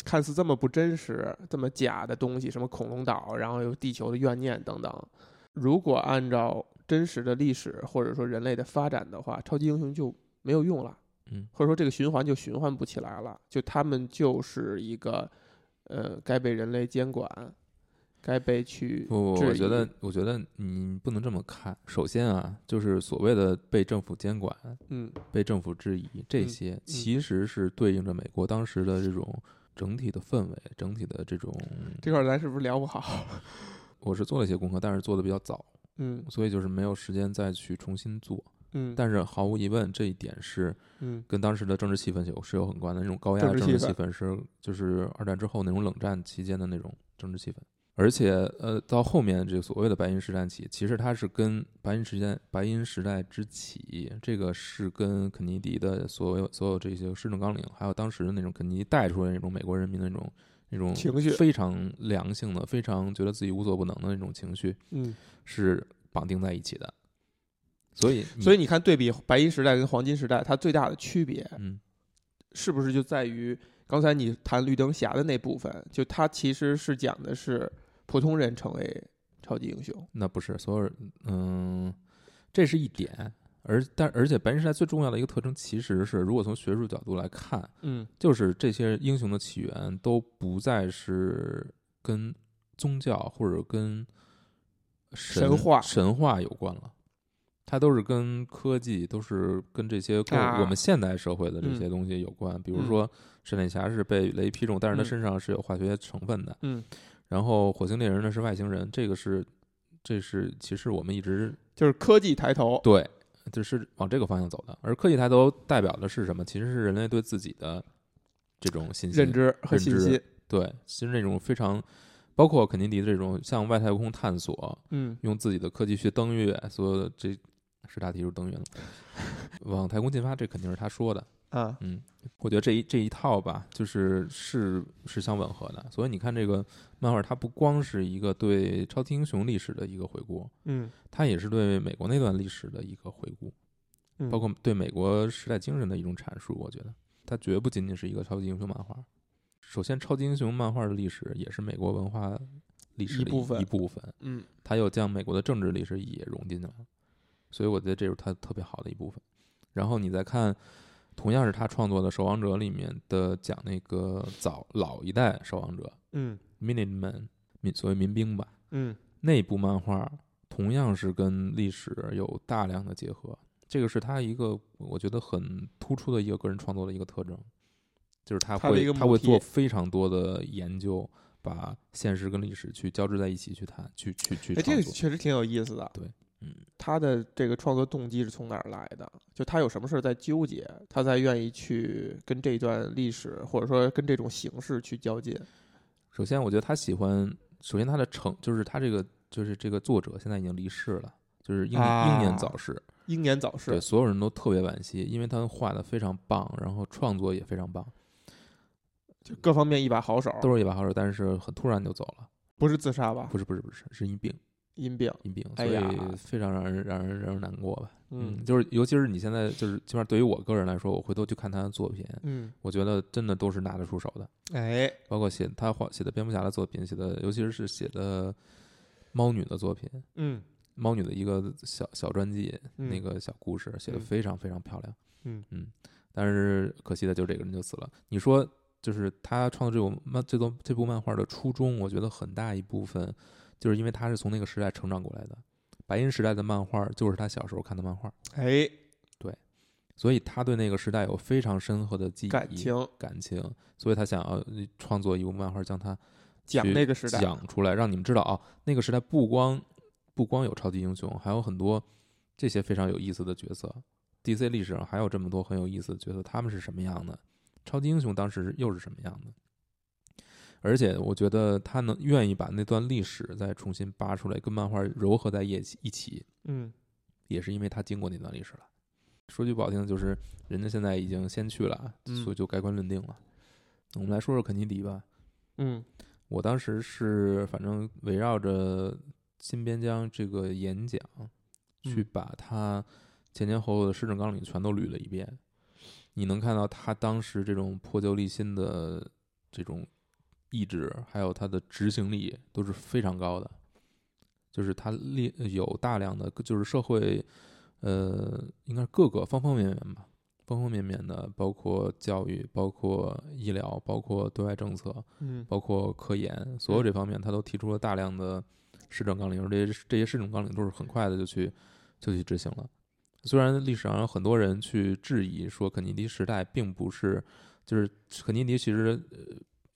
[SPEAKER 1] 看似这么不真实、这么假的东西，什么恐龙岛，然后有地球的怨念等等，如果按照真实的历史或者说人类的发展的话，超级英雄就没有用了，
[SPEAKER 2] 嗯，
[SPEAKER 1] 或者说这个循环就循环不起来了，就他们就是一个呃该被人类监管，该被去
[SPEAKER 2] 不，我
[SPEAKER 1] 质
[SPEAKER 2] 觉得
[SPEAKER 1] 疑，
[SPEAKER 2] 我觉得你不能这么看。首先啊，就是所谓的被政府监管、
[SPEAKER 1] 嗯
[SPEAKER 2] 被政府质疑这
[SPEAKER 1] 嗯
[SPEAKER 2] 些，其实是对应着美国当时的这种整体的氛围、整体的这种。
[SPEAKER 1] 这块儿咱是不是聊不好？
[SPEAKER 2] 我是做了一些功课，但是做的比较早，
[SPEAKER 1] 嗯
[SPEAKER 2] 所以就是没有时间再去重新做。
[SPEAKER 1] 嗯，
[SPEAKER 2] 但是毫无疑问，这一点是
[SPEAKER 1] 嗯
[SPEAKER 2] 跟当时的政治气氛有是有很关的。那种高压的
[SPEAKER 1] 政
[SPEAKER 2] 政
[SPEAKER 1] 治
[SPEAKER 2] 治
[SPEAKER 1] 气
[SPEAKER 2] 气氛是就是二战之后那种冷战期间的那种政治气氛，而且呃，到后面这个所谓的白银时代起，其实它是跟白银时代白银时代之起，这个是跟肯尼迪的所有所有这些施政纲领，还有当时的那种肯尼迪带出来的那种美国人民的那种那种
[SPEAKER 1] 情绪
[SPEAKER 2] 非常良性的、非常觉得自己无所不能的那种情绪
[SPEAKER 1] 嗯，
[SPEAKER 2] 是绑定在一起的。所以，
[SPEAKER 1] 所以你看，对比白银时代跟黄金时代，它最大的区别，
[SPEAKER 2] 嗯，
[SPEAKER 1] 是不是就在于刚才你谈绿灯侠的那部分，就它其实是讲的是普通人成为超级英雄。
[SPEAKER 2] 那不是所有人，嗯，这是一点。而但而且白银时代最重要的一个特征，其实是如果从学术角度来看，
[SPEAKER 1] 嗯
[SPEAKER 2] 就是这些英雄的起源都不再是跟宗教或者跟神
[SPEAKER 1] 神话
[SPEAKER 2] 神话有关了，它都是跟科技，都是跟这些过
[SPEAKER 1] 啊
[SPEAKER 2] 我们现代社会的这
[SPEAKER 1] 嗯
[SPEAKER 2] 些东西有关。比如
[SPEAKER 1] 嗯
[SPEAKER 2] 说，闪电侠是被雷劈中，但是他
[SPEAKER 1] 嗯
[SPEAKER 2] 身上是有化学成分的。
[SPEAKER 1] 嗯，
[SPEAKER 2] 然后火星猎人呢是外星人，这个是这是其实我们一直
[SPEAKER 1] 就是科技抬头。
[SPEAKER 2] 对，就是往这个方向走的。而科技抬头代表的是什么？其实是人类对自己的这种信心
[SPEAKER 1] 认知和信
[SPEAKER 2] 认
[SPEAKER 1] 心，
[SPEAKER 2] 对，其实那种非常包括肯尼迪的这种向外太空探索，
[SPEAKER 1] 嗯，
[SPEAKER 2] 用自己的科技去登月，所有的这是他提出登月了 [LAUGHS] 吗，往太空进发，这肯定是他说的。
[SPEAKER 1] 啊，
[SPEAKER 2] 嗯，我觉得这一这一套吧，就是是是相吻合的。所以你看，这个漫画它不光是一个对超级英雄历史的一个回顾，
[SPEAKER 1] 嗯，
[SPEAKER 2] 它也是对美国那段历史的一个回顾，
[SPEAKER 1] 嗯
[SPEAKER 2] 包括对美国时代精神的一种阐述。我觉得它绝不仅仅是一个超级英雄漫画。首先，超级英雄漫画的历史也是美国文化历史的
[SPEAKER 1] 一部分
[SPEAKER 2] 一部分，
[SPEAKER 1] 嗯，
[SPEAKER 2] 它又将美国的政治历史也融进来了，所以我觉得这是它特别好的一部分。然后你再看，同样是他创作的《守望者》里面的讲那个早老一代守望者
[SPEAKER 1] 嗯，
[SPEAKER 2] （Minutemen） 民所谓民兵吧，
[SPEAKER 1] 嗯，
[SPEAKER 2] 那部漫画同样是跟历史有大量的结合，这个是他一个我觉得很突出的一个个人创作的一个特征，就是他
[SPEAKER 1] 他的一
[SPEAKER 2] 会
[SPEAKER 1] 个
[SPEAKER 2] 他
[SPEAKER 1] 母
[SPEAKER 2] 会
[SPEAKER 1] 题
[SPEAKER 2] 做非常多的研究，把现实跟历史去交织在一起去谈，去去去
[SPEAKER 1] 哎，这
[SPEAKER 2] 创
[SPEAKER 1] 个
[SPEAKER 2] 作。
[SPEAKER 1] 确实挺有意思的。
[SPEAKER 2] 对，嗯，
[SPEAKER 1] 他的这个创作动机是从哪儿来的？就他有什么事儿在纠结，他才愿意去跟这段历史或者说跟这种形式去较劲。
[SPEAKER 2] 首先，我觉得他喜欢，首先他的成就是他这个就是这个作者现在已经离世了，就是英、
[SPEAKER 1] 啊
[SPEAKER 2] 英年早逝，
[SPEAKER 1] 英年早
[SPEAKER 2] 对
[SPEAKER 1] 逝，
[SPEAKER 2] 所有人都特别惋惜，因为他画的非常棒，然后创作也非常棒，
[SPEAKER 1] 就各方面一把好手，
[SPEAKER 2] 都是一把好手，但是很突然就走了，
[SPEAKER 1] 不是自杀吧？
[SPEAKER 2] 不是不是不是，是因病
[SPEAKER 1] 因病，
[SPEAKER 2] 因病，所
[SPEAKER 1] 哎
[SPEAKER 2] 以
[SPEAKER 1] 呀
[SPEAKER 2] 非常让人让人让人难过吧，嗯，就是尤其是你现在就是起码对于我个人来说，我回头去看他的作品，
[SPEAKER 1] 嗯，
[SPEAKER 2] 我觉得真的都是拿得出手的，
[SPEAKER 1] 哎，
[SPEAKER 2] 包括写他画写的蝙蝠侠的作品，写的尤其是写的猫女的作品，
[SPEAKER 1] 嗯，
[SPEAKER 2] 猫女的一个小小传记，
[SPEAKER 1] 嗯
[SPEAKER 2] 那个小故事写的
[SPEAKER 1] 嗯
[SPEAKER 2] 非常非常漂亮。
[SPEAKER 1] 嗯
[SPEAKER 2] 但是可惜的就是这个人就死了。你说，就是他创作这种漫这种这部漫画的初衷，我觉得很大一部分就是因为他是从那个时代成长过来的。白银时代的漫画就是他小时候看的漫画，
[SPEAKER 1] 哎，
[SPEAKER 2] 所以他对那个时代有非常深厚的记忆
[SPEAKER 1] 感情
[SPEAKER 2] 感情，所以他想要创作一部漫画，将它
[SPEAKER 1] 讲
[SPEAKER 2] 去
[SPEAKER 1] 那个时代，
[SPEAKER 2] 讲出来，让你们知道啊，那个时代不光不光有超级英雄，还有很多这些非常有意思的角色。DC 历史上还有这么多很有意思的角色，他们是什么样的？超级英雄当时又是什么样的？而且我觉得他能愿意把那段历史再重新扒出来，跟漫画糅合在一起，一起
[SPEAKER 1] 嗯
[SPEAKER 2] 也是因为他经过那段历史了。说句不好听的，就是人家现在已经先去了，
[SPEAKER 1] 嗯
[SPEAKER 2] 所以就盖棺论定了。我们来说说肯尼迪吧。
[SPEAKER 1] 嗯
[SPEAKER 2] 我当时是反正围绕着新边疆这个演讲，去
[SPEAKER 1] 嗯
[SPEAKER 2] 把他前前后后的施政纲领全都捋了一遍。你能看到他当时这种破旧立新的这种意志，还有他的执行力都是非常高的。就是他列呃有大量的，就是社会，呃，应该是各个方方面面吧，方方面面的，包括教育，包括医疗，包括对外政策，
[SPEAKER 1] 嗯
[SPEAKER 2] 包括科研，所有这方面，他都提出了大量的市政纲领，而这些这些市政纲领都是很快的就去就去执行了。虽然历史上有很多人去质疑说肯尼迪时代并不是，就是肯尼迪其实、呃、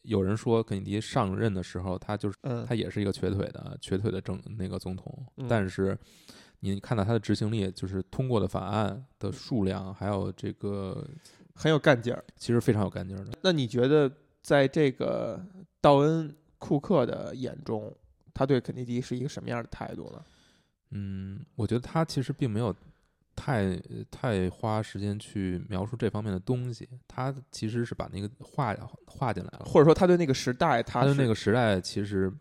[SPEAKER 2] 有人说肯尼迪上任的时候，他就是
[SPEAKER 1] 嗯，
[SPEAKER 2] 他也是一个瘸腿的瘸腿的政那个总统，
[SPEAKER 1] 嗯
[SPEAKER 2] 但是你看到他的执行力，就是通过的法案的数量，还有这个
[SPEAKER 1] 很有干劲儿。
[SPEAKER 2] 其实非常有干劲儿的。
[SPEAKER 1] 那你觉得在这个道恩·库克的眼中，他对肯尼迪是一个什么样的态度呢？
[SPEAKER 2] 嗯，我觉得他其实并没有太太花时间去描述这方面的东西，他其实是把那个画画进来了。
[SPEAKER 1] 或者说他对那个时代，
[SPEAKER 2] 哦他
[SPEAKER 1] 他
[SPEAKER 2] 的
[SPEAKER 1] 是
[SPEAKER 2] 那个时代其实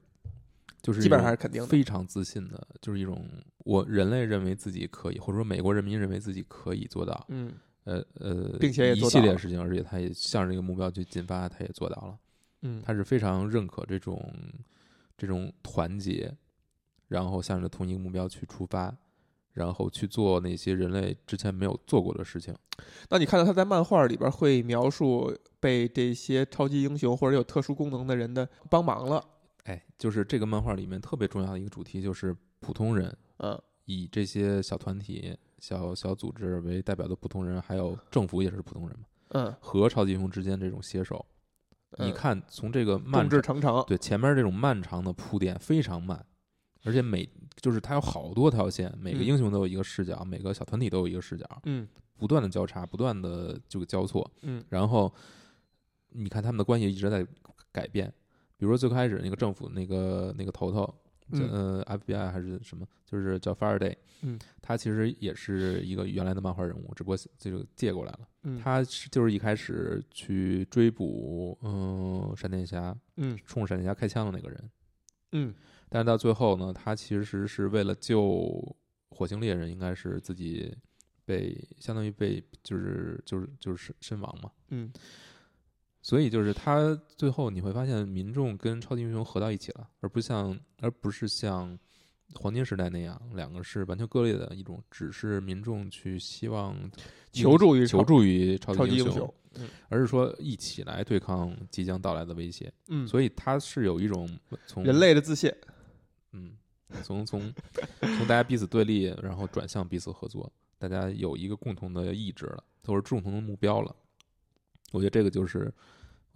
[SPEAKER 2] 就是
[SPEAKER 1] 基本
[SPEAKER 2] 一种
[SPEAKER 1] 上还是肯定的。
[SPEAKER 2] 非常自信的，就是一种我人类认为自己可以，或者说美国人民认为自己可以做到，
[SPEAKER 1] 嗯
[SPEAKER 2] 呃呃，
[SPEAKER 1] 并且也
[SPEAKER 2] 一
[SPEAKER 1] 做
[SPEAKER 2] 系
[SPEAKER 1] 到
[SPEAKER 2] 列
[SPEAKER 1] 了
[SPEAKER 2] 事情，而且他也向着这个目标去进发，他也做到了。
[SPEAKER 1] 嗯，
[SPEAKER 2] 他是非常认可这种这种团结，然后向着同一个目标去出发，然后去做那些人类之前没有做过的事情。
[SPEAKER 1] 那你看到他在漫画里边会描述被这些超级英雄或者有特殊功能的人的帮忙了，
[SPEAKER 2] 哎，就是这个漫画里面特别重要的一个主题，就是普通人
[SPEAKER 1] 嗯
[SPEAKER 2] 以这些小团体、小小组织为代表的普通人，还有政府也是普通人嘛，
[SPEAKER 1] 嗯，
[SPEAKER 2] 和超级英雄之间这种携手。你
[SPEAKER 1] 嗯
[SPEAKER 2] 看，从这个漫
[SPEAKER 1] 众志
[SPEAKER 2] 长
[SPEAKER 1] 成城，
[SPEAKER 2] 对前面这种漫长的铺垫非常慢，而且每就是它有好多条线，每个
[SPEAKER 1] 嗯
[SPEAKER 2] 英雄都有一个视角，每个小团体都有一个视角，
[SPEAKER 1] 嗯
[SPEAKER 2] 不断的交叉，不断的这个交错，
[SPEAKER 1] 嗯
[SPEAKER 2] 然后你看他们的关系一直在改变，比如说最开始那个政府那个那个头头。叫
[SPEAKER 1] 嗯
[SPEAKER 2] 呃，FBI 还是什么，就是叫 Faraday，
[SPEAKER 1] 嗯，
[SPEAKER 2] 他其实也是一个原来的漫画人物，只不过这个借过来了。
[SPEAKER 1] 嗯，
[SPEAKER 2] 他是就是一开始去追捕，嗯、闪电侠，
[SPEAKER 1] 嗯
[SPEAKER 2] 冲闪电侠开枪的那个人，
[SPEAKER 1] 嗯
[SPEAKER 2] 但是到最后呢，他其实是为了救火星猎人，应该是自己被相当于被就是就是就是身身亡嘛。
[SPEAKER 1] 嗯
[SPEAKER 2] 所以就是他最后你会发现，民众跟超级英雄合到一起了，而不像而不是像黄金时代那样，两个是完全割裂的一种，只是民众去希望
[SPEAKER 1] 求助于
[SPEAKER 2] 求助于超
[SPEAKER 1] 超级
[SPEAKER 2] 级
[SPEAKER 1] 英
[SPEAKER 2] 英
[SPEAKER 1] 雄
[SPEAKER 2] 雄，，而是说一起来对抗即将到来的威胁。
[SPEAKER 1] 嗯，
[SPEAKER 2] 所以他是有一种从
[SPEAKER 1] 人类的自信，
[SPEAKER 2] 嗯，从从 [LAUGHS] 从大家彼此对立，然后转向彼此合作，大家有一个共同的意志了，或者共同的目标了。我觉得这个就是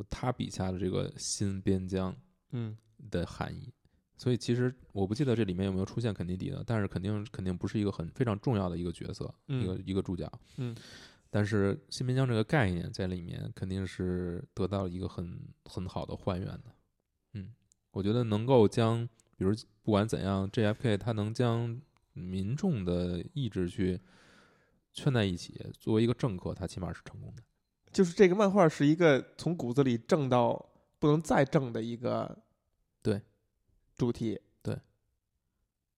[SPEAKER 2] 他笔下的这个新边疆
[SPEAKER 1] 嗯
[SPEAKER 2] 的含义。所以其实我不记得这里面有没有出现肯尼迪的，但是肯定肯定不是一个很非常重要的一个角色，
[SPEAKER 1] 嗯
[SPEAKER 2] 一个一个主角。
[SPEAKER 1] 嗯，
[SPEAKER 2] 但是新边疆这个概念在里面肯定是得到了一个很很好的还原的。嗯，我觉得能够将，比如不管怎样，JFK 他能将民众的意志去圈在一起，作为一个政客，他起码是成功的。
[SPEAKER 1] 就是这个漫画是一个从骨子里正到不能再正的一个
[SPEAKER 2] 对
[SPEAKER 1] 主题，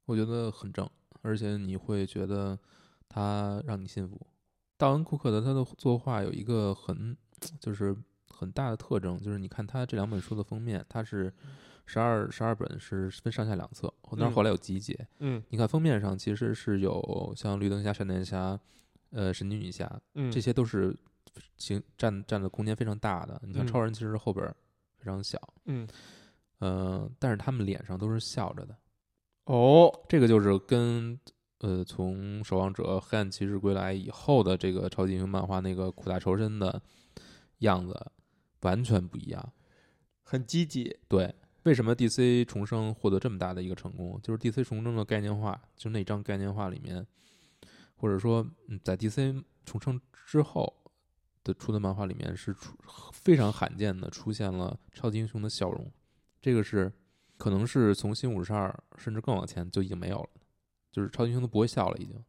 [SPEAKER 2] 我觉得很正，而且你会觉得他让你信服。道恩·库克的他的作画有一个很就是很大的特征，就是你看他这两本书的封面，它是十二十二本是分上下两册，但是后来有集结。
[SPEAKER 1] 嗯
[SPEAKER 2] 你看封面上其实是有像绿灯侠、闪电侠、呃神奇女侠，
[SPEAKER 1] 嗯，
[SPEAKER 2] 这些都是行占占的空间非常大的。你看
[SPEAKER 1] 嗯
[SPEAKER 2] 超人其实后边儿非常小，
[SPEAKER 1] 嗯
[SPEAKER 2] 呃，但是他们脸上都是笑着的。
[SPEAKER 1] 哦，
[SPEAKER 2] 这个就是跟呃从《守望者：黑暗骑士归来》以后的这个超级英雄漫画那个苦大仇深的样子完全不一样。
[SPEAKER 1] 很积极，
[SPEAKER 2] 对，为什么 DC 重生获得这么大的一个成功？就是 DC 重生的概念化，就是那张概念化里面，或者说嗯在 DC 重生之后的出的漫画里面是出非常罕见的出现了超级英雄的笑容，这个是可能是从新五十二甚至更往前就已经没有了，就是超级英雄都不会笑了已经。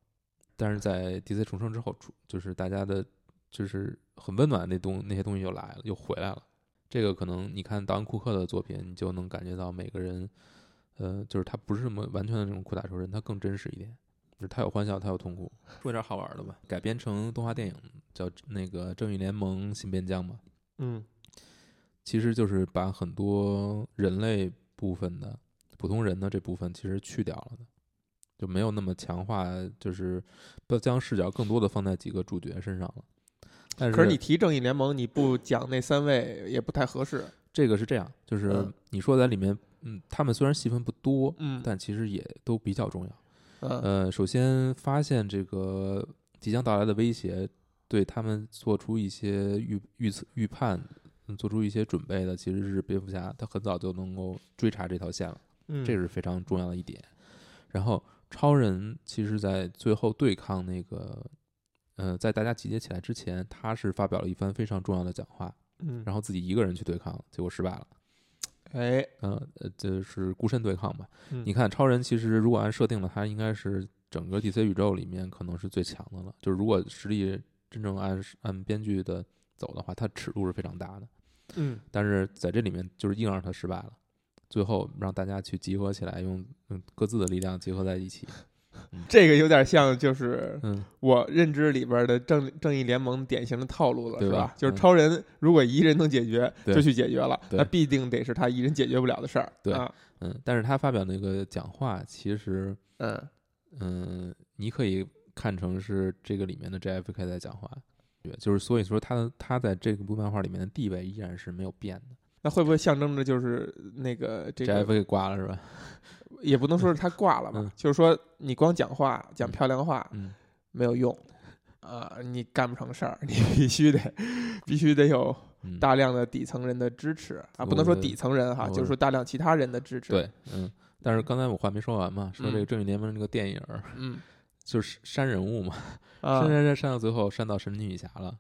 [SPEAKER 2] 但是在 DC 重生之后出，就是大家的，就是很温暖的那东那些东西又来了，又回来了。这个可能你看达文库克的作品，你就能感觉到每个人，呃，就是他不是什么完全的那种苦大仇深，他更真实一点，就是他有欢笑，他有痛苦。说点好玩的吧，改编成动画电影叫那个《正义联盟：新边疆》嘛，
[SPEAKER 1] 嗯
[SPEAKER 2] 其实就是把很多人类部分的普通人的这部分其实去掉了的，就没有那么强化，就是不将视角更多的放在几个主角身上了。但是，
[SPEAKER 1] 可是你提正义联盟，你不讲那三位也不太合适。
[SPEAKER 2] 这个是这样，就是
[SPEAKER 1] 嗯
[SPEAKER 2] 你说在里面，嗯，他们虽然戏份不多，
[SPEAKER 1] 嗯
[SPEAKER 2] 但其实也都比较重要。
[SPEAKER 1] 嗯
[SPEAKER 2] 呃，首先发现这个即将到来的威胁，对他们做出一些预预测、预判，嗯做出一些准备的，其实是蝙蝠侠，他很早就能够追查这条线了，
[SPEAKER 1] 嗯，
[SPEAKER 2] 这是非常重要的一点。然后超人其实，在最后对抗那个，呃，在大家集结起来之前，他是发表了一番非常重要的讲话，
[SPEAKER 1] 嗯，
[SPEAKER 2] 然后自己一个人去对抗，结果失败了。
[SPEAKER 1] 哎，
[SPEAKER 2] 嗯，呃，这是孤身对抗吧？
[SPEAKER 1] 嗯
[SPEAKER 2] 你看，超人其实如果按设定了，他应该是整个 DC 宇宙里面可能是最强的了。就是如果实力真正按按编剧的走的话，它尺度是非常大的。
[SPEAKER 1] 嗯
[SPEAKER 2] 但是在这里面，就是硬让他失败了，最后让大家去集合起来，用用各自的力量结合在
[SPEAKER 1] [LAUGHS]
[SPEAKER 2] 一起。
[SPEAKER 1] 这个有点像就是
[SPEAKER 2] 嗯，
[SPEAKER 1] 我认知里边的正正义联盟典型的套路了，
[SPEAKER 2] 对
[SPEAKER 1] 是
[SPEAKER 2] 吧
[SPEAKER 1] 吧？就是
[SPEAKER 2] 嗯
[SPEAKER 1] 超人如果一人能解决，
[SPEAKER 2] 对
[SPEAKER 1] 就去解决了，
[SPEAKER 2] 对
[SPEAKER 1] 那必定得是他一人解决不了的事儿。
[SPEAKER 2] 对
[SPEAKER 1] 啊，
[SPEAKER 2] 嗯，但是他发表那个讲话，其实，
[SPEAKER 1] 嗯
[SPEAKER 2] 嗯，你可以看成是这个里面的 JFK 在讲话，对就是所以说他他在这部漫画里面的地位依然是没有变的。
[SPEAKER 1] 那会不会象征着就是那个这个
[SPEAKER 2] JFK 挂了是吧？
[SPEAKER 1] [LAUGHS] 也不能说是他挂了吧，
[SPEAKER 2] 嗯
[SPEAKER 1] 就是说你光讲话讲
[SPEAKER 2] 嗯
[SPEAKER 1] 漂亮话
[SPEAKER 2] 嗯，
[SPEAKER 1] 没有用，啊、你干不成事儿， [LAUGHS] 你必须得必须得有
[SPEAKER 2] 嗯
[SPEAKER 1] 大量的底层人的支持啊，不能说底层人哈，
[SPEAKER 2] 我
[SPEAKER 1] 就是说大量其他人的支持。，
[SPEAKER 2] 对，嗯。但是刚才我话没说完嘛，说这个《
[SPEAKER 1] 嗯
[SPEAKER 2] 正义联盟》这个电影儿 [LAUGHS]
[SPEAKER 1] 嗯
[SPEAKER 2] 就是删人物嘛，
[SPEAKER 1] 啊
[SPEAKER 2] 删，删删删到最后删到神奇女侠了。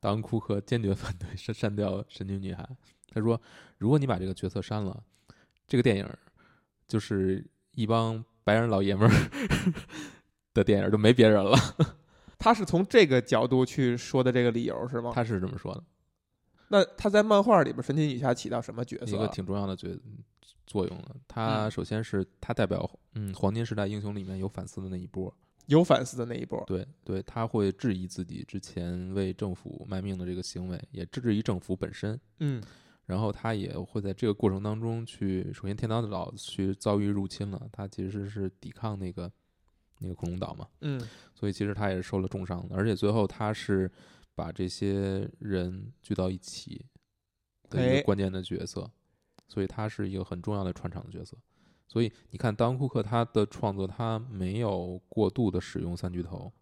[SPEAKER 2] 达文库克坚决反对 [LAUGHS] 删删掉神奇女侠，他说：“如果你把这个角色删了，这个电影儿就是一帮白人老爷们儿 [LAUGHS] 的电影儿，就没别人了。
[SPEAKER 1] 他是从这个角度去说的这个理由是”吗？
[SPEAKER 2] 他是这么说的，
[SPEAKER 1] 那他在漫画里边神奇女侠起到什么角
[SPEAKER 2] 一
[SPEAKER 1] 色
[SPEAKER 2] 个
[SPEAKER 1] 啊？
[SPEAKER 2] 挺重要的角作用的。他
[SPEAKER 1] 嗯
[SPEAKER 2] 首先是他代表嗯黄金时代英雄里面有反思的那一波，
[SPEAKER 1] 有反思的那一波。
[SPEAKER 2] 对对，他会质疑自己之前为政府卖命的这个行为，也质疑政府本身。
[SPEAKER 1] 嗯
[SPEAKER 2] 然后他也会在这个过程当中去，首先天堂岛去遭遇入侵了，他其实是抵抗那个那个恐龙岛嘛，
[SPEAKER 1] 嗯
[SPEAKER 2] 所以其实他也是受了重伤的，而且最后他是把这些人聚到一起的一
[SPEAKER 1] 哎
[SPEAKER 2] 个关键的角色，所以他是一个很重要的串场的角色。所以你看，当库克他的创作，他没有过度的使用三巨头，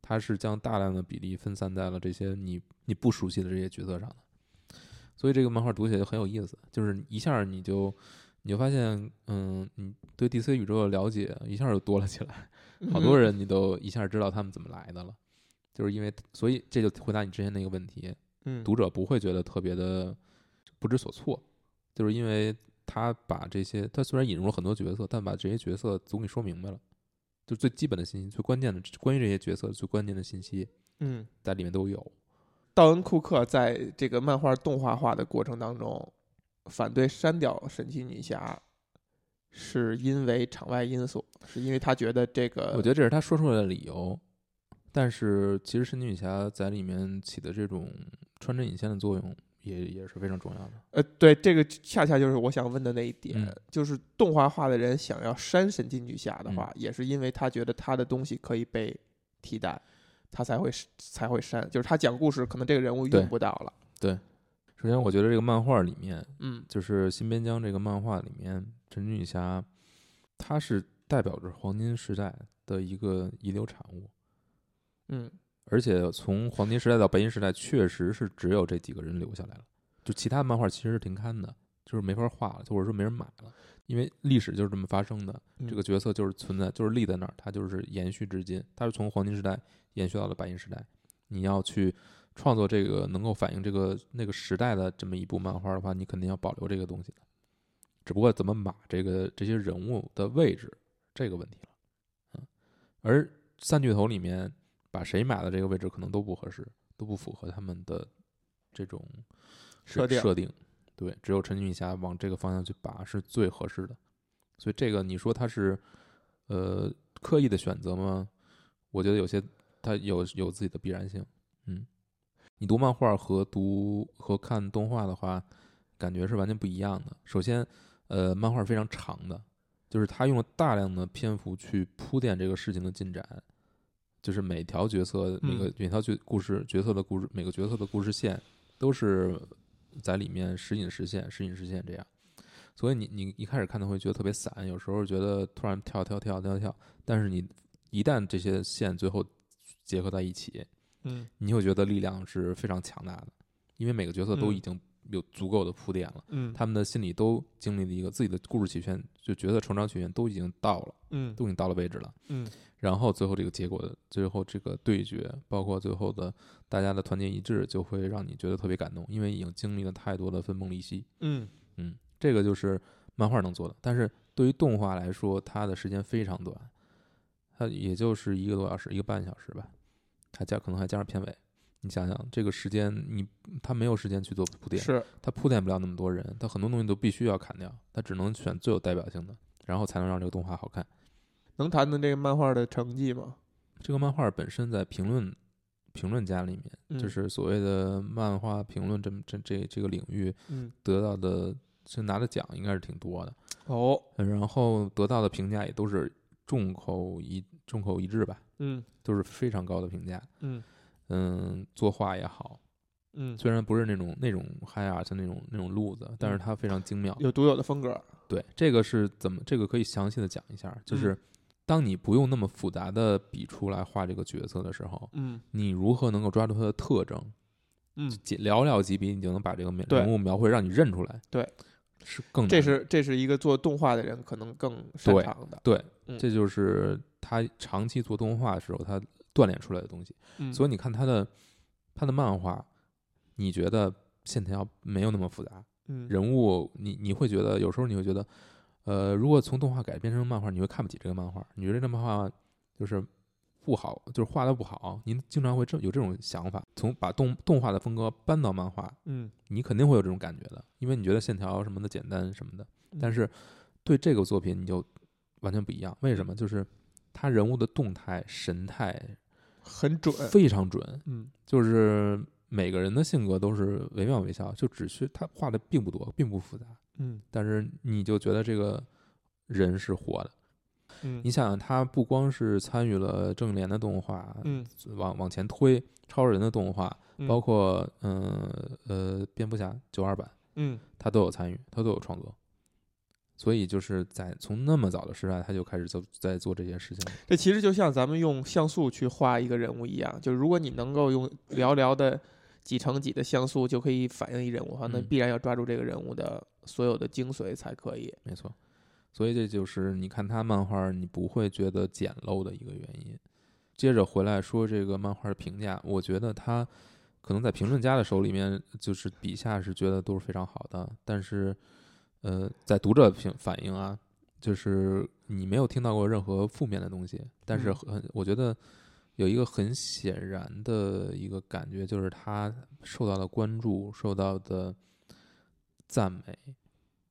[SPEAKER 2] 他是将大量的比例分散在了这些你你不熟悉的这些角色上的。所以这个漫画读起来就很有意思，就是一下你就你就发现，嗯，你对 DC 宇宙的了解一下就多了起来。好多
[SPEAKER 1] 嗯
[SPEAKER 2] 人你都一下知道他们怎么来的了，就是因为所以这就回答你之前那个问题，
[SPEAKER 1] 嗯
[SPEAKER 2] 读者不会觉得特别的不知所措，就是因为他把这些他虽然引入了很多角色，但把这些角色总给说明白了，就最基本的信息、最关键的关于这些角色最关键的信息
[SPEAKER 1] 嗯，
[SPEAKER 2] 在里面都有。
[SPEAKER 1] 道恩·库克在这个漫画动画化的过程当中，反对删掉神奇女侠，是因为场外因素，是因为他觉得这个，
[SPEAKER 2] 我觉得这是他说出来的理由，但是其实神奇女侠在里面起的这种穿针引线的作用也也是非常重要的。
[SPEAKER 1] 呃，对，这个恰恰就是我想问的那一点，
[SPEAKER 2] 嗯
[SPEAKER 1] 就是动画化的人想要删神奇女侠的
[SPEAKER 2] 嗯
[SPEAKER 1] 话，也是因为他觉得他的东西可以被替代，他才会才会删，就是他讲故事可能这个人物
[SPEAKER 2] 对
[SPEAKER 1] 用不到了，
[SPEAKER 2] 首先，我觉得这个漫画里面
[SPEAKER 1] 嗯
[SPEAKER 2] 就是《新边疆》这个漫画里面，神奇女侠，她是代表着黄金时代的一个遗留产物，
[SPEAKER 1] 嗯，
[SPEAKER 2] 而且从黄金时代到白银时代，确实是只有这几个人留下来了，就其他漫画其实是停刊的，就是没法画了，或者说没人买了，因为历史就是这么发生的。这个角色就是存在，就是立在那儿，它就是延续至今，它是从黄金时代延续到了白银时代。你要去创作这个能够反映这个那个时代的这么一部漫画的话，你肯定要保留这个东西的。只不过怎么码这个这些人物的位置这个问题了，嗯，而三巨头里面把谁买的这个位置可能都不合适，都不符合他们的这种
[SPEAKER 1] 设定
[SPEAKER 2] 设定，对，只有陈俊霞往这个方向去拔是最合适的。所以这个你说他是呃刻意的选择吗？我觉得有些他有有自己的必然性。嗯，你读漫画和读和看动画的话，感觉是完全不一样的。首先，呃，漫画是非常长的，就是他用了大量的篇幅去铺垫这个事情的进展，就是每条角色每个
[SPEAKER 1] 嗯
[SPEAKER 2] 每条角故事角色的故事每个角色的故事线都是在里面时隐时现时隐时现这样。所以你你一开始看的会觉得特别散，有时候觉得突然跳跳跳跳跳，但是你一旦这些线最后结合在一起，
[SPEAKER 1] 嗯
[SPEAKER 2] 你会觉得力量是非常强大的，因为每个角色都
[SPEAKER 1] 嗯
[SPEAKER 2] 已经有足够的铺垫了，
[SPEAKER 1] 嗯
[SPEAKER 2] 他们的心里都经历了一个自己的故事曲线，就角色成长曲线都已经到了，
[SPEAKER 1] 嗯
[SPEAKER 2] 都已经到了位置了。
[SPEAKER 1] 嗯
[SPEAKER 2] 然后最后这个结果的最后这个对决，包括最后的大家的团结一致，就会让你觉得特别感动，因为已经经历了太多的分崩离析。
[SPEAKER 1] 嗯
[SPEAKER 2] 嗯，这个就是漫画能做的，但是对于动画来说，它的时间非常短，它也就是一个多小时，一个半小时吧，还加可能还加上片尾。你想想，这个时间你他没有时间去做铺垫，
[SPEAKER 1] 是
[SPEAKER 2] 他铺垫不了那么多人，他很多东西都必须要砍掉，他只能选最有代表性的，然后才能让这个动画好看。
[SPEAKER 1] 能谈谈这个漫画的成绩吗？
[SPEAKER 2] 这个漫画本身在评论评论家里面，
[SPEAKER 1] 嗯
[SPEAKER 2] 就是所谓的漫画评论这么这这这个领域
[SPEAKER 1] 嗯
[SPEAKER 2] 得到的，是拿的奖应该是挺多的。
[SPEAKER 1] 哦
[SPEAKER 2] 然后得到的评价也都是众口一众口一致吧，
[SPEAKER 1] 嗯
[SPEAKER 2] 都是非常高的评价。
[SPEAKER 1] 嗯
[SPEAKER 2] 嗯，作画也好，
[SPEAKER 1] 嗯，
[SPEAKER 2] 虽然不是那种那种 high art 那种那种路子，但是它非常精妙。
[SPEAKER 1] 有独有的风格。
[SPEAKER 2] 对，这个是怎么？这个可以详细的讲一下，就是
[SPEAKER 1] 嗯
[SPEAKER 2] 当你不用那么复杂的笔触来画这个角色的时候，
[SPEAKER 1] 嗯
[SPEAKER 2] 你如何能够抓住它的特征？
[SPEAKER 1] 嗯，
[SPEAKER 2] 几寥寥几笔，你就能把这个
[SPEAKER 1] 对
[SPEAKER 2] 人物描绘让你认出来。
[SPEAKER 1] 对，
[SPEAKER 2] 是更
[SPEAKER 1] 这
[SPEAKER 2] 难
[SPEAKER 1] 是这是一个做动画的人可能更擅
[SPEAKER 2] 对
[SPEAKER 1] 长的。
[SPEAKER 2] 对，
[SPEAKER 1] 嗯
[SPEAKER 2] 这就是他长期做动画的时候他锻炼出来的东西。
[SPEAKER 1] 嗯，
[SPEAKER 2] 所以你看他的他的漫画，你觉得线条没有那么复杂，
[SPEAKER 1] 嗯
[SPEAKER 2] 人物你你会觉得有时候你会觉得，呃，如果从动画改编成漫画，你会看不起这个漫画，你觉得这漫画就是不好，就是画的不好，您经常会这有这种想法。从把动动画的风格搬到漫画，
[SPEAKER 1] 嗯
[SPEAKER 2] 你肯定会有这种感觉的，因为你觉得线条什么的简单什么的
[SPEAKER 1] 嗯，
[SPEAKER 2] 但是对这个作品你就完全不一样。为什么？就是他人物的动态、神态
[SPEAKER 1] 很准。
[SPEAKER 2] 非常准，
[SPEAKER 1] 嗯
[SPEAKER 2] 就是每个人的性格都是惟妙惟肖，就只需他画的并不多，并不复杂，
[SPEAKER 1] 嗯
[SPEAKER 2] 但是你就觉得这个人是活的。
[SPEAKER 1] 嗯
[SPEAKER 2] 你想想，他不光是参与了正义联的动画，
[SPEAKER 1] 嗯
[SPEAKER 2] 往往前推超人的动画，
[SPEAKER 1] 嗯
[SPEAKER 2] 包括嗯呃蝙蝠侠九二版。
[SPEAKER 1] 嗯
[SPEAKER 2] 他都有参与，他都有创作，所以就是在从那么早的时代，他就开始做在做这些事情了。
[SPEAKER 1] 这其实就像咱们用像素去画一个人物一样，就如果你能够用寥寥的几乘几的像素就可以反映一人物的话，那
[SPEAKER 2] 嗯
[SPEAKER 1] 必然要抓住这个人物的所有的精髓才可以。
[SPEAKER 2] 没错，所以这就是你看他漫画，你不会觉得简陋的一个原因。接着回来说这个漫画的评价，我觉得他可能在评论家的手里面，就是笔下是觉得都是非常好的，但是呃，在读者评反应啊，就是你没有听到过任何负面的东西，但是
[SPEAKER 1] 嗯
[SPEAKER 2] 很我觉得有一个很显然的一个感觉，就是他受到的关注、受到的赞美，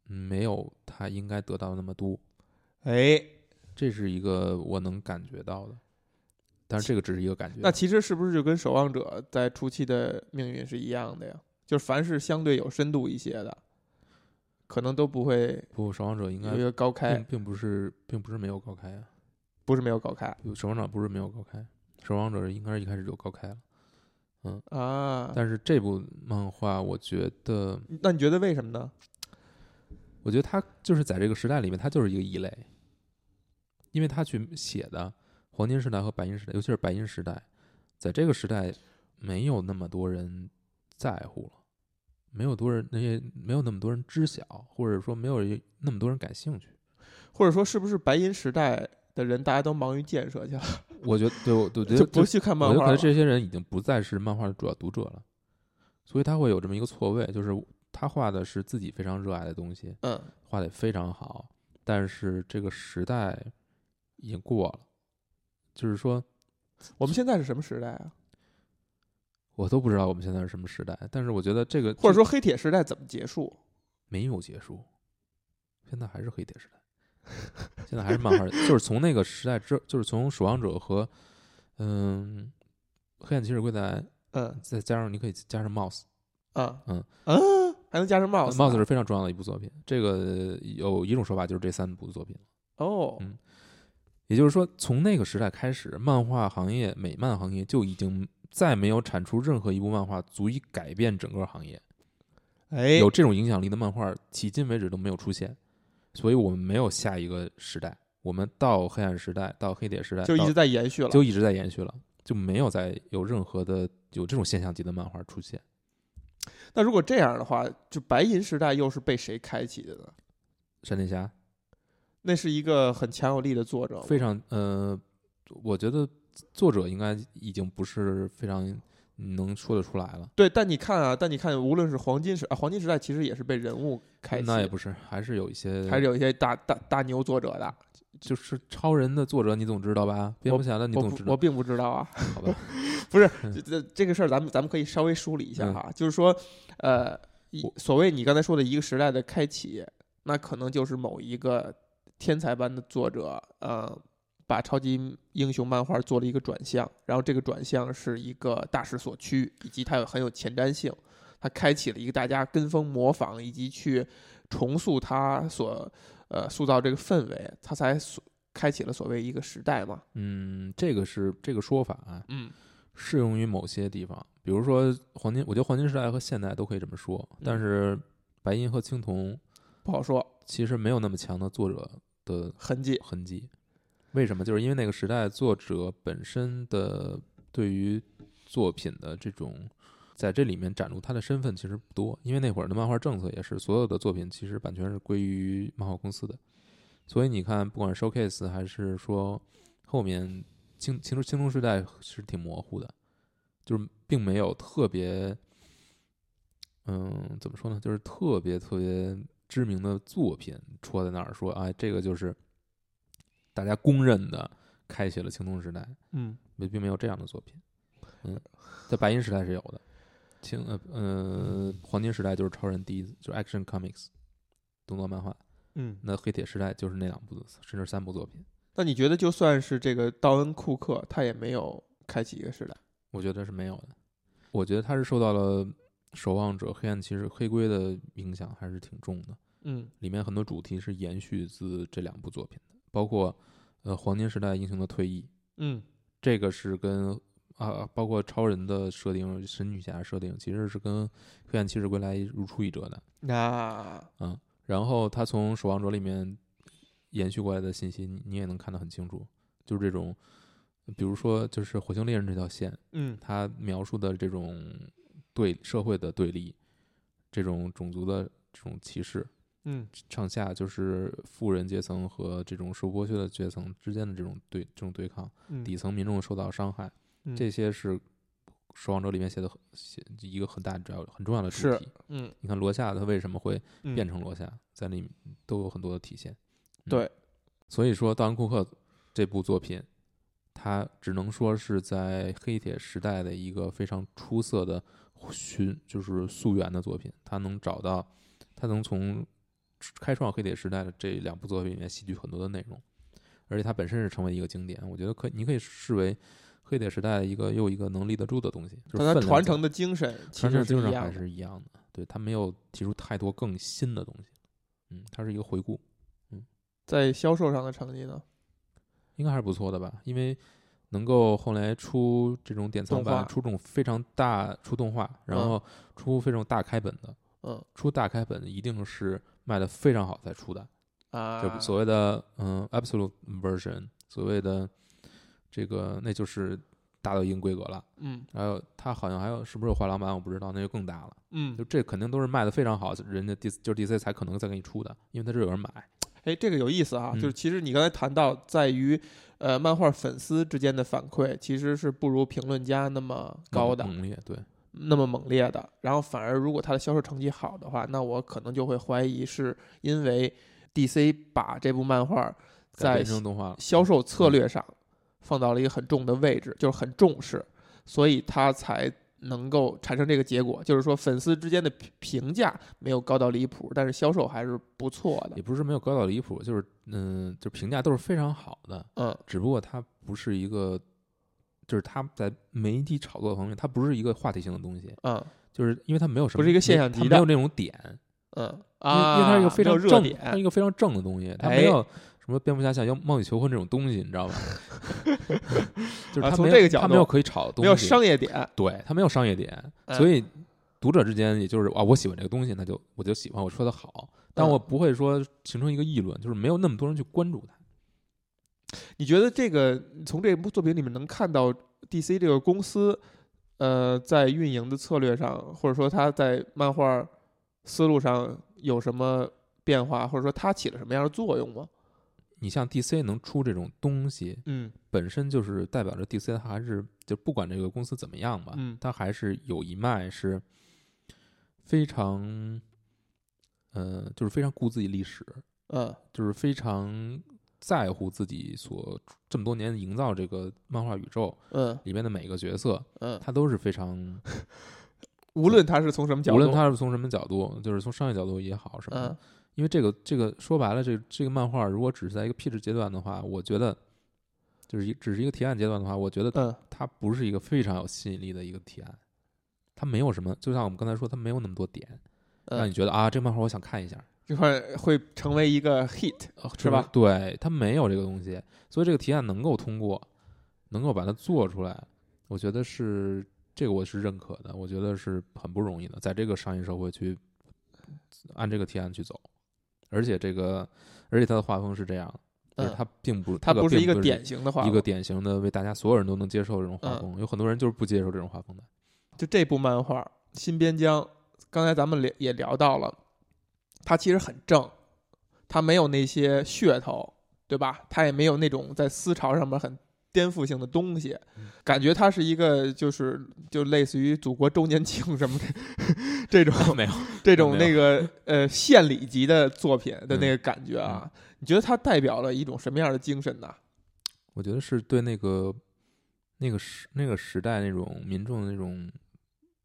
[SPEAKER 2] 嗯没有他应该得到的那么多，
[SPEAKER 1] 哎，
[SPEAKER 2] 这是一个我能感觉到的。但是这个只是一个感觉，
[SPEAKER 1] 那其实是不是就跟《守望者》在初期的命运是一样的呀？就是凡是相对有深度一些的，可能都不会
[SPEAKER 2] 不，守望者应该
[SPEAKER 1] 有一个高开
[SPEAKER 2] 并，并不是，并不是没有高开啊。
[SPEAKER 1] 不是没有高开
[SPEAKER 2] 守望者不是没有高开，守望者应该是一开始就高开了。
[SPEAKER 1] 啊。
[SPEAKER 2] 但是这部漫画，我觉得，
[SPEAKER 1] 那你觉得为什么呢？
[SPEAKER 2] 我觉得它就是在这个时代里面，它就是一个异类，因为他去写的黄金时代和白银时代，尤其是白银时代，在这个时代没有那么多人在乎了，没有多人，也没有那么多人知晓，或者说没有一那么多人感兴趣。
[SPEAKER 1] 或者说是不是白银时代的人大家都忙于建设去了，
[SPEAKER 2] 我觉得，对 [LAUGHS] 我，对我觉
[SPEAKER 1] 就
[SPEAKER 2] 得
[SPEAKER 1] 不去看
[SPEAKER 2] 我
[SPEAKER 1] 漫
[SPEAKER 2] 觉得
[SPEAKER 1] 画
[SPEAKER 2] 可能
[SPEAKER 1] 了？
[SPEAKER 2] 这些人已经不再是漫画的主要读者了，所以他会有这么一个错位，就是他画的是自己非常热爱的东西，
[SPEAKER 1] 嗯，
[SPEAKER 2] 画得非常好，但是这个时代已经过了，就是说
[SPEAKER 1] 我们现在是什么时代啊？
[SPEAKER 2] 我都不知道我们现在是什么时代，但是我觉得这个
[SPEAKER 1] 或者说黑铁时代怎么结束？
[SPEAKER 2] 没有结束，现在还是黑铁时代，现在还是漫画儿，就是从那个时代之，就是从《守望者》和嗯《黑暗骑士归来》，
[SPEAKER 1] 嗯
[SPEAKER 2] 再加上你可以加上 Mouse。
[SPEAKER 1] 啊
[SPEAKER 2] 嗯
[SPEAKER 1] 嗯，还能加上 mouse
[SPEAKER 2] 帽子
[SPEAKER 1] 呢
[SPEAKER 2] 是非常重要的一部作品。这个有一种说法就是这三部作品，
[SPEAKER 1] 哦
[SPEAKER 2] 嗯也就是说，从那个时代开始，漫画行业、美漫行业就已经再没有产出任何一部漫画足以改变整个行业。
[SPEAKER 1] 哎
[SPEAKER 2] 有这种影响力的漫画，迄今为止都没有出现，所以我们没有下一个时代。我们到黑暗时代，到黑铁时代，
[SPEAKER 1] 就一
[SPEAKER 2] 到
[SPEAKER 1] 直在延续了。
[SPEAKER 2] 就一直在延续了，就没有再有任何的有这种现象级的漫画出现。
[SPEAKER 1] 那如果这样的话，就白银时代又是被谁开启的呢？
[SPEAKER 2] 闪电侠
[SPEAKER 1] 那是一个很强有力的作者，
[SPEAKER 2] 非常呃，我觉得作者应该已经不是非常能说得出来了。
[SPEAKER 1] 对。但你看啊，但你看，无论是黄金时啊，黄金时代其实也是被人物开启，
[SPEAKER 2] 那也不是，还是有一些，
[SPEAKER 1] 还是有一些大大大牛作者的。
[SPEAKER 2] 就是超人的作者，你总知道吧？蝙蝠侠的你
[SPEAKER 1] 我
[SPEAKER 2] 总
[SPEAKER 1] 不
[SPEAKER 2] 知
[SPEAKER 1] 我
[SPEAKER 2] 道，
[SPEAKER 1] 并不知道啊，[LAUGHS]
[SPEAKER 2] 好吧？
[SPEAKER 1] 这这这个事儿，咱们咱们可以稍微梳理一下哈，就是说，呃，一
[SPEAKER 2] 我
[SPEAKER 1] 所谓你刚才说的一个时代的开启，那可能就是某一个天才般的作者，呃，把超级英雄漫画做了一个转向，然后这个转向是一个大势所趋，以及它有很有前瞻性，它开启了一个大家跟风模仿以及去重塑它所呃塑造这个氛围，它才所开启了所谓一个时代嘛，
[SPEAKER 2] 嗯，这个是这个说法啊，
[SPEAKER 1] 嗯
[SPEAKER 2] 适用于某些地方，比如说黄金，我觉得黄金时代和现代都可以这么说，但
[SPEAKER 1] 嗯
[SPEAKER 2] 是白银和青铜
[SPEAKER 1] 不好说
[SPEAKER 2] 其实没有那么强的作者的
[SPEAKER 1] 痕迹，
[SPEAKER 2] 痕迹。为什么？就是因为那个时代作者本身的对于作品的这种，在这里面展露他的身份其实不多。因为那会儿的漫画政策也是，所有的作品其实版权是归于漫画公司的，所以你看，不管是 showcase 还是说后面青青青铜时代是挺模糊的，就是并没有特别，嗯，怎么说呢？就是特别特别知名的作品戳在那儿说，哎，这个就是大家公认的开启了青铜时代，
[SPEAKER 1] 嗯。
[SPEAKER 2] 没并没有这样的作品。嗯，在白银时代是有的，青呃呃黄金时代就是超人第一，就是 Action Comics 动作漫画。
[SPEAKER 1] 嗯，
[SPEAKER 2] 那黑铁时代就是那两部甚至三部作品，
[SPEAKER 1] 那你觉得就算是这个道恩·库克，他也没有开启一个时代？
[SPEAKER 2] 我觉得是没有的。我觉得他是受到了《守望者》《黑暗骑士》《黑龟》的影响还是挺重的。
[SPEAKER 1] 嗯
[SPEAKER 2] 里面很多主题是延续自这两部作品的，包括呃黄金时代英雄的退役，
[SPEAKER 1] 嗯
[SPEAKER 2] 这个是跟啊包括超人的设定、神女侠设定，其实是跟黑暗骑士归来如出一辙的。
[SPEAKER 1] 那
[SPEAKER 2] 然后他从守望者里面延续过来的信息，你你也能看得很清楚，就是这种，比如说就是火星猎人这条线，
[SPEAKER 1] 嗯
[SPEAKER 2] 他描述的这种对社会的对立，这种种族的这种歧视，
[SPEAKER 1] 嗯
[SPEAKER 2] 上下就是富人阶层和这种受剥削的阶层之间的这种对这种对抗，
[SPEAKER 1] 嗯
[SPEAKER 2] 底层民众受到伤害，
[SPEAKER 1] 嗯
[SPEAKER 2] 这些是《守望者》里面写的很写一个很大主要很重要的主
[SPEAKER 1] 是
[SPEAKER 2] 题。
[SPEAKER 1] 嗯
[SPEAKER 2] 你看罗夏他为什么会
[SPEAKER 1] 嗯
[SPEAKER 2] 变成罗夏，在里面都有很多的体现。嗯
[SPEAKER 1] 对，
[SPEAKER 2] 所以说，道恩·库克这部作品，它只能说是在黑铁时代的一个非常出色的寻，就是溯源的作品。他能找到，他能从开创黑铁时代的这两部作品里面吸取很多的内容，而且它本身是成为一个经典。我觉得可你可以视为黑铁时代的一个又一个能立得住的东西，就是
[SPEAKER 1] 但他
[SPEAKER 2] 分量
[SPEAKER 1] 传
[SPEAKER 2] 在
[SPEAKER 1] 承的精神其
[SPEAKER 2] 传
[SPEAKER 1] 实
[SPEAKER 2] 承
[SPEAKER 1] 是
[SPEAKER 2] 精
[SPEAKER 1] 一
[SPEAKER 2] 神
[SPEAKER 1] 样
[SPEAKER 2] 还
[SPEAKER 1] 的。
[SPEAKER 2] 是一样的，对他没有提出太多更新的东西。嗯，它是一个回顾，
[SPEAKER 1] 在销售上的成绩呢？
[SPEAKER 2] 应该还是不错的吧？因为能够后来出这种典藏
[SPEAKER 1] 动
[SPEAKER 2] 版，
[SPEAKER 1] 画
[SPEAKER 2] 出这种非常大出动画，然
[SPEAKER 1] 嗯
[SPEAKER 2] 后出非常大开本的，
[SPEAKER 1] 嗯
[SPEAKER 2] 出大开本一定是卖的非常好才出的，
[SPEAKER 1] 啊，
[SPEAKER 2] 就所谓的嗯 absolute version，所谓的这个那就是达到一定规格了。
[SPEAKER 1] 嗯
[SPEAKER 2] 还有他好像还有是不是有画廊版我不知道，那就更大了。
[SPEAKER 1] 嗯
[SPEAKER 2] 就，这肯定都是卖的非常好，人家 D 就是 DC 才可能再给你出的，因为他这有人买。
[SPEAKER 1] 哎，这个有意思啊，
[SPEAKER 2] 嗯
[SPEAKER 1] 就是其实你刚才谈到在于，呃，漫画粉丝之间的反馈其实是不如评论家那么高的，
[SPEAKER 2] 猛烈，对，
[SPEAKER 1] 那么猛烈的。然后反而如果它的销售成绩好的话，那我可能就会怀疑是因为 DC 把这部漫画
[SPEAKER 2] 改
[SPEAKER 1] 在
[SPEAKER 2] 编成动嗯画了。
[SPEAKER 1] 销售策略上放到了一个很重的位置，就是很重视，所以它才能够产生这个结果。就是说，粉丝之间的评评价没有高到离谱，但是销售还是不错的
[SPEAKER 2] 也。不是没有高到离谱，就是嗯，就评价都是非常好的，
[SPEAKER 1] 嗯
[SPEAKER 2] 只不过它不是一个，就是它在媒体炒作方面，它不是一个话题性的东西，
[SPEAKER 1] 嗯
[SPEAKER 2] 就是因为它没有什
[SPEAKER 1] 不
[SPEAKER 2] 么，
[SPEAKER 1] 是一个现象
[SPEAKER 2] 没
[SPEAKER 1] 级
[SPEAKER 2] 它
[SPEAKER 1] 的
[SPEAKER 2] 没有那种点，
[SPEAKER 1] 嗯
[SPEAKER 2] 因为
[SPEAKER 1] 啊，
[SPEAKER 2] 因为它是一个非常
[SPEAKER 1] 没有热
[SPEAKER 2] 正，它是
[SPEAKER 1] 点
[SPEAKER 2] 一个非常正的东西，它
[SPEAKER 1] 哎
[SPEAKER 2] 没有什么蝙蝠侠想要冒雨求婚这种东西，你知道吧？ [LAUGHS] 就是
[SPEAKER 1] 啊
[SPEAKER 2] 它
[SPEAKER 1] 从
[SPEAKER 2] 没有
[SPEAKER 1] 这个角
[SPEAKER 2] 它没有
[SPEAKER 1] 度
[SPEAKER 2] 可以炒的东西，
[SPEAKER 1] 没有商业点，
[SPEAKER 2] 对，它没有商业点，
[SPEAKER 1] 嗯
[SPEAKER 2] 所以读者之间也就是啊，我喜欢这个东西，那就我就喜欢，我说的好，但
[SPEAKER 1] 嗯
[SPEAKER 2] 我不会说形成一个议论，就是没有那么多人去关注它。
[SPEAKER 1] 你觉得这个从这部作品里面能看到 DC 这个公司，呃，在运营的策略上，或者说它在漫画思路上有什么变化，或者说它起了什么样的作用吗？
[SPEAKER 2] 你像 DC 能出这种东西，
[SPEAKER 1] 嗯
[SPEAKER 2] 本身就是代表着 DC 它还是就不管这个公司怎么样吧，
[SPEAKER 1] 嗯
[SPEAKER 2] 它还是有一脉是非常，呃，就是非常顾自己历史，
[SPEAKER 1] 嗯
[SPEAKER 2] 就是非常在乎自己所这么多年营造这个漫画宇宙
[SPEAKER 1] 嗯
[SPEAKER 2] 里面的每个角色，
[SPEAKER 1] 嗯，
[SPEAKER 2] 它都是非常。
[SPEAKER 1] 无论它是从什么角度，
[SPEAKER 2] 无论他是从什么角度，就是从商业角度也好什么的，
[SPEAKER 1] 嗯
[SPEAKER 2] 因为这个这个说白了，这个这个漫画如果只是在一个 P 值阶段的话，我觉得就是一只是一个提案阶段的话，我觉得
[SPEAKER 1] 嗯
[SPEAKER 2] 它不是一个非常有吸引力的一个提案，它没有什么，就像我们刚才说，它没有那么多点让
[SPEAKER 1] 嗯，
[SPEAKER 2] 你觉得啊，这漫画我想看一下，
[SPEAKER 1] 这块会成为一个 hit，
[SPEAKER 2] 呃
[SPEAKER 1] 是吧？
[SPEAKER 2] 对，它没有这个东西，所以这个提案能够通过，能够把它做出来，我觉得是这个我是认可的，我觉得是很不容易的，在这个商业社会去按这个提案去走，而且这个而且它的画风是这样，就是
[SPEAKER 1] 嗯
[SPEAKER 2] 它并不，
[SPEAKER 1] 它不
[SPEAKER 2] 是
[SPEAKER 1] 是一个
[SPEAKER 2] 并
[SPEAKER 1] 典型的画
[SPEAKER 2] 一
[SPEAKER 1] 风，
[SPEAKER 2] 个典型的为大家所有人都能接受这种画
[SPEAKER 1] 嗯
[SPEAKER 2] 风，有很多人就是不接受这种画
[SPEAKER 1] [LAUGHS]
[SPEAKER 2] 风的，
[SPEAKER 1] 就这部漫画《新边疆》，刚才咱们聊也聊到了，它其实很正，它没有那些噱头，对吧？它也没有那种在思潮上面很颠覆性的东西，
[SPEAKER 2] 嗯
[SPEAKER 1] 感觉它是一个就是就类似于祖国周年庆什么 [LAUGHS] 这这
[SPEAKER 2] [LAUGHS]
[SPEAKER 1] 种
[SPEAKER 2] 没有，
[SPEAKER 1] 这种
[SPEAKER 2] 没有嗯
[SPEAKER 1] 那
[SPEAKER 2] [LAUGHS]
[SPEAKER 1] 个呃献礼级的作品的那个感觉啊。你觉得它代表了一种什么样的精神呢？
[SPEAKER 2] 我觉得是对那个那个时那个时代那种民众的那种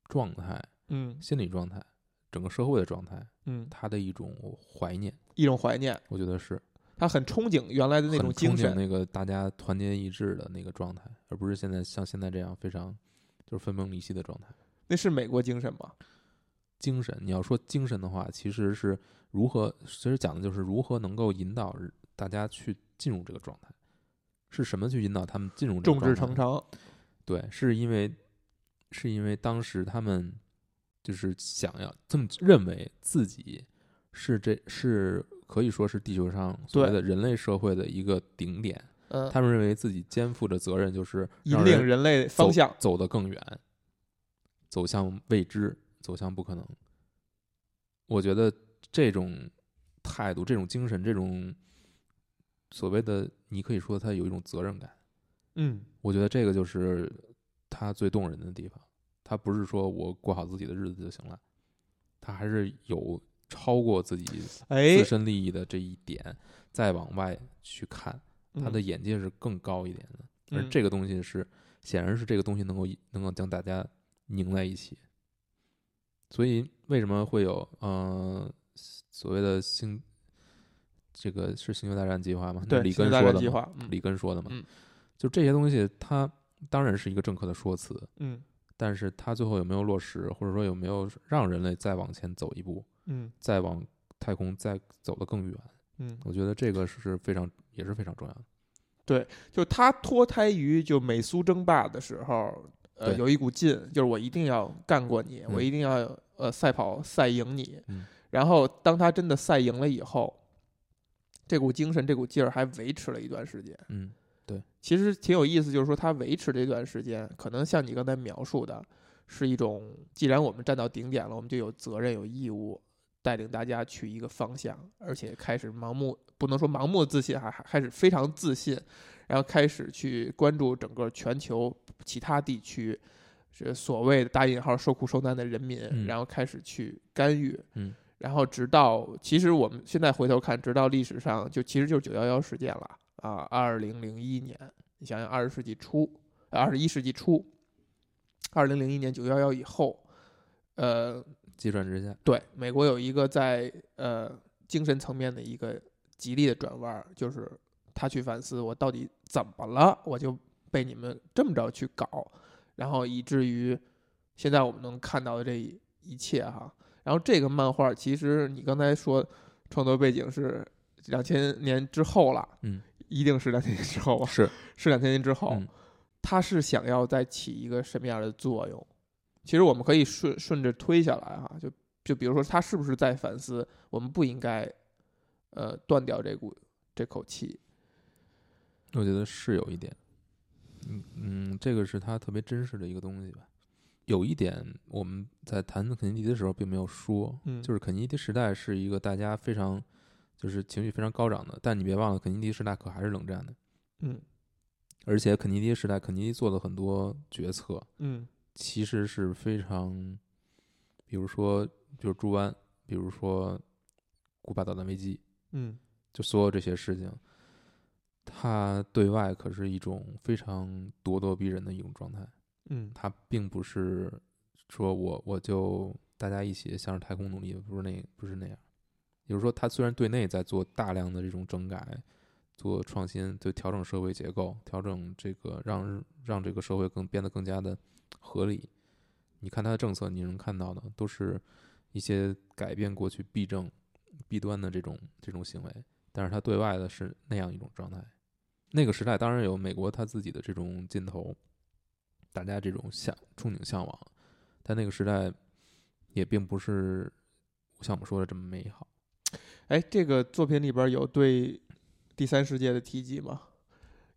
[SPEAKER 2] 状态。
[SPEAKER 1] 嗯
[SPEAKER 2] 心理状态、整个社会的状态，
[SPEAKER 1] 嗯，
[SPEAKER 2] 他的一种怀念，
[SPEAKER 1] 一种怀念，
[SPEAKER 2] 我觉得是
[SPEAKER 1] 它很憧憬原来的那
[SPEAKER 2] 很
[SPEAKER 1] 种精
[SPEAKER 2] 憧憬
[SPEAKER 1] 神。
[SPEAKER 2] 那个大家团结一致的那个状态，而不是现在像现在这样非常就是分崩离析的状态。
[SPEAKER 1] 那是美国精神吗？
[SPEAKER 2] 精神，你要说精神的话，其实是如何，其实讲的就是如何能够引导大家去进入这个状态，是什么去引导他们进入这个
[SPEAKER 1] 众
[SPEAKER 2] 状态？
[SPEAKER 1] 志成城。
[SPEAKER 2] 对，是因为是因为当时他们就是想要这么认为自己是这是可以说是地球上所谓
[SPEAKER 1] 对
[SPEAKER 2] 的人类社会的一个顶点，
[SPEAKER 1] 嗯，
[SPEAKER 2] 他们认为自己肩负着责任，就是
[SPEAKER 1] 引
[SPEAKER 2] 让
[SPEAKER 1] 领
[SPEAKER 2] 人
[SPEAKER 1] 人类
[SPEAKER 2] 走
[SPEAKER 1] 方向。
[SPEAKER 2] 走得更远，走向未知，走向不可能。我觉得这种态度、这种精神、这种所谓的，你可以说他有一种责任感。
[SPEAKER 1] 嗯
[SPEAKER 2] 我觉得这个就是他最动人的地方。他不是说我过好自己的日子就行了，他还是有超过自己
[SPEAKER 1] 哎
[SPEAKER 2] 自，身利益的这一点，再往外去看，他的眼界是更高一点的。而
[SPEAKER 1] 嗯
[SPEAKER 2] 这个东西是，显然是这个东西能够能够将大家拧在一起。所以为什么会有嗯、呃、所谓的星，这个是星球大战计划吗？那
[SPEAKER 1] 对
[SPEAKER 2] 里
[SPEAKER 1] 星
[SPEAKER 2] 根
[SPEAKER 1] 球
[SPEAKER 2] 说
[SPEAKER 1] 大
[SPEAKER 2] 的
[SPEAKER 1] 战计
[SPEAKER 2] 嘛
[SPEAKER 1] 划，嗯
[SPEAKER 2] 里根说的嘛。
[SPEAKER 1] 嗯
[SPEAKER 2] 就这些东西，它当然是一个政客的说辞，
[SPEAKER 1] 嗯
[SPEAKER 2] 但是它最后有没有落实，或者说有没有让人类再往前走一步，
[SPEAKER 1] 嗯
[SPEAKER 2] 再往太空再走得更远？
[SPEAKER 1] 嗯，
[SPEAKER 2] 我觉得这个是非常也是非常重要的。
[SPEAKER 1] 就他脱胎于就美苏争霸的时候，呃，
[SPEAKER 2] 对
[SPEAKER 1] 有一股劲，就是我一定要干过你，
[SPEAKER 2] 嗯
[SPEAKER 1] 我一定要呃赛跑赛赢你
[SPEAKER 2] 嗯。
[SPEAKER 1] 然后当他真的赛赢了以后，这股精神这股劲儿还维持了一段时间。
[SPEAKER 2] 嗯，对，
[SPEAKER 1] 其实挺有意思，就是说他维持这段时间，可能像你刚才描述的，是一种既然我们站到顶点了，我们就有责任有义务带领大家去一个方向，而且开始盲目，不能说盲目自信，还还开始非常自信，然后开始去关注整个全球其他地区。是所谓的大引号受苦受难的人民，
[SPEAKER 2] 嗯
[SPEAKER 1] 然后开始去干预，
[SPEAKER 2] 嗯，
[SPEAKER 1] 然后直到其实我们现在回头看，直到历史上就其实就是九幺幺事件了啊，二零零一年，你想想二十世纪初，二十一世纪初，二零零一年九幺幺以后，呃，
[SPEAKER 2] 急转直下，
[SPEAKER 1] 对，美国有一个在呃精神层面的一个极力的转弯儿，就是他去反思我到底怎么了，我就被你们这么着去搞，然后以至于现在我们能看到的这一一切哈。然后这个漫画其实你刚才说创作背景是两千年之后了，
[SPEAKER 2] 嗯，
[SPEAKER 1] 一定是两千年之后吧？
[SPEAKER 2] 是，
[SPEAKER 1] 是两千年之后，
[SPEAKER 2] 嗯
[SPEAKER 1] 他是想要再起一个什么样的作用？其实我们可以顺顺着推下来哈，就就比如说他是不是在反思，我们不应该呃断掉这股这口气。
[SPEAKER 2] 我觉得是有一点，嗯嗯，这个是他特别真实的一个东西吧。有一点，我们在谈肯尼迪的时候并没有说，
[SPEAKER 1] 嗯
[SPEAKER 2] 就是肯尼迪时代是一个大家非常就是情绪非常高涨的，但你别忘了，肯尼迪时代可还是冷战的，
[SPEAKER 1] 嗯
[SPEAKER 2] 而且肯尼迪时代，肯尼迪做的很多决策，
[SPEAKER 1] 嗯
[SPEAKER 2] 其实是非常，比如说，比如猪湾，比如说古巴导弹危机，
[SPEAKER 1] 嗯
[SPEAKER 2] 就所有这些事情，他对外可是一种非常咄咄逼人的一种状态。
[SPEAKER 1] 嗯
[SPEAKER 2] 他并不是说我我就大家一起向着太空努力，不是那不是那样。也就是说，他虽然对内在做大量的这种整改、做创新、对调整社会结构、调整这个让让这个社会更变得更加的合理。你看他的政策，你能看到的都是一些改变过去弊政、弊端的这种这种行为，但是他对外的是那样一种状态。那个时代当然有美国他自己的这种劲头，大家这种向憧憬向往，但那个时代也并不是像我们说的这么美好。
[SPEAKER 1] 哎，这个作品里边有对第三世界的提及吗？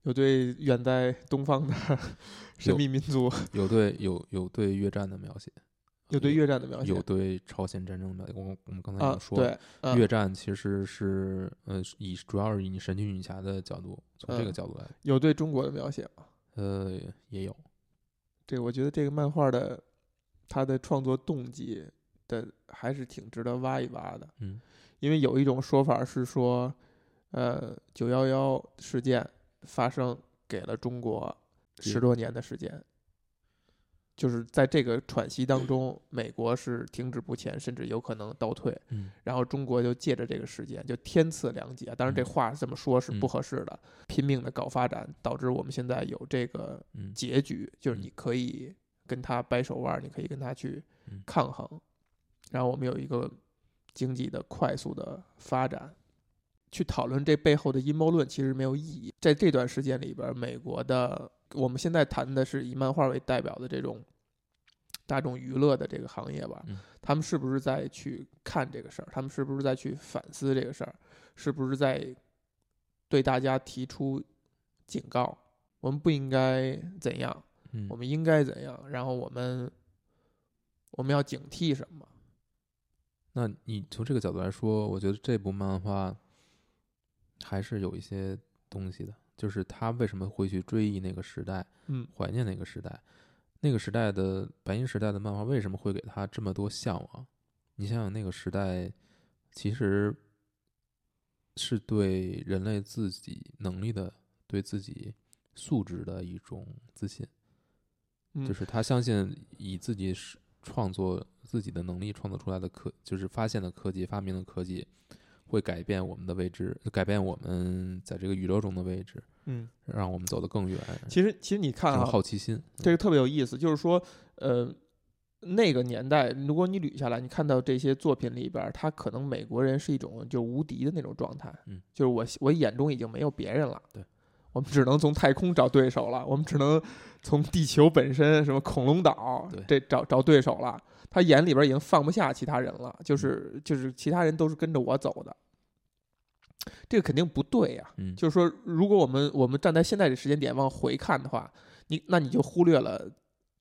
[SPEAKER 1] 有对远在东方的 [LAUGHS] 神秘民族
[SPEAKER 2] 有对有有对越战的描写，呃
[SPEAKER 1] 有对越战的描写
[SPEAKER 2] 有对朝鲜战争的描写。我我们刚才已
[SPEAKER 1] 啊
[SPEAKER 2] 经，说了，
[SPEAKER 1] 对，啊
[SPEAKER 2] 越战其实是呃是以主要是以神奇女侠的角度，从这个
[SPEAKER 1] 嗯
[SPEAKER 2] 角度来，
[SPEAKER 1] 有对中国的描写吗？
[SPEAKER 2] 呃也有
[SPEAKER 1] 对，我觉得这个漫画的它的创作动机的还是挺值得挖一挖的，
[SPEAKER 2] 嗯
[SPEAKER 1] 因为有一种说法是说，呃，九幺幺事件发生给了中国
[SPEAKER 2] 对
[SPEAKER 1] 十多年的时间，就是在这个喘息当中，美国是停止不前，甚至有可能倒退，
[SPEAKER 2] 嗯
[SPEAKER 1] 然后中国就借着这个时间就天赐良机啊，当然这
[SPEAKER 2] 嗯
[SPEAKER 1] 话这么说是不
[SPEAKER 2] 嗯
[SPEAKER 1] 合适的，拼命的搞发展，导致我们现在有这个
[SPEAKER 2] 嗯
[SPEAKER 1] 结局，就是
[SPEAKER 2] 嗯
[SPEAKER 1] 你可以跟他掰手腕儿，你可以跟他去
[SPEAKER 2] 嗯
[SPEAKER 1] 抗衡，然后我们有一个经济的快速的发展。去讨论这背后的阴谋论其实没有意义。在这段时间里边儿，美国的我们现在谈的是以漫画为代表的这种大众娱乐的这个行业吧，
[SPEAKER 2] 嗯
[SPEAKER 1] 他们是不是在去看这个事儿？他们是不是在去反思这个事儿？是不是在对大家提出警告？我们不应该怎样，
[SPEAKER 2] 嗯
[SPEAKER 1] 我们应该怎样？然后我们我们要警惕什么？
[SPEAKER 2] 那你从这个角度来说，我觉得这部漫画还是有一些东西的，就是他为什么会去追忆那个时代，
[SPEAKER 1] 嗯
[SPEAKER 2] 怀念那个时代，那个时代的白银时代的漫画为什么会给他这么多向往？你想想那个时代，其实是对人类自己能力的、对自己素质的一种自信。
[SPEAKER 1] 嗯，
[SPEAKER 2] 就是他相信以自己是创作自己的能力创作出来的科，就是发现的科技、发明的科技，会改变我们的位置，改变我们在这个宇宙中的位置，
[SPEAKER 1] 嗯，
[SPEAKER 2] 让我们走得更远。
[SPEAKER 1] 其实其实你看
[SPEAKER 2] 这种
[SPEAKER 1] 啊，
[SPEAKER 2] 好奇心，
[SPEAKER 1] 这个特别有意思，就是说，呃，那个年代，如果你捋下来，你看到这些作品里边儿，他可能美国人是一种就无敌的那种状态，
[SPEAKER 2] 嗯，
[SPEAKER 1] 就是我我眼中已经没有别人了，
[SPEAKER 2] 对，
[SPEAKER 1] 我们只能从太空找对手了，我们只能从地球本身什么恐龙岛这
[SPEAKER 2] 对
[SPEAKER 1] 找找对手了，他眼
[SPEAKER 2] 嗯
[SPEAKER 1] 里边已经放不下其他人了，就是就是其他人都是跟着我走的，这个肯定不对啊呀、
[SPEAKER 2] 嗯，
[SPEAKER 1] 就是说，如果我们我们站在现在这时间点往回看的话，你那你就忽略了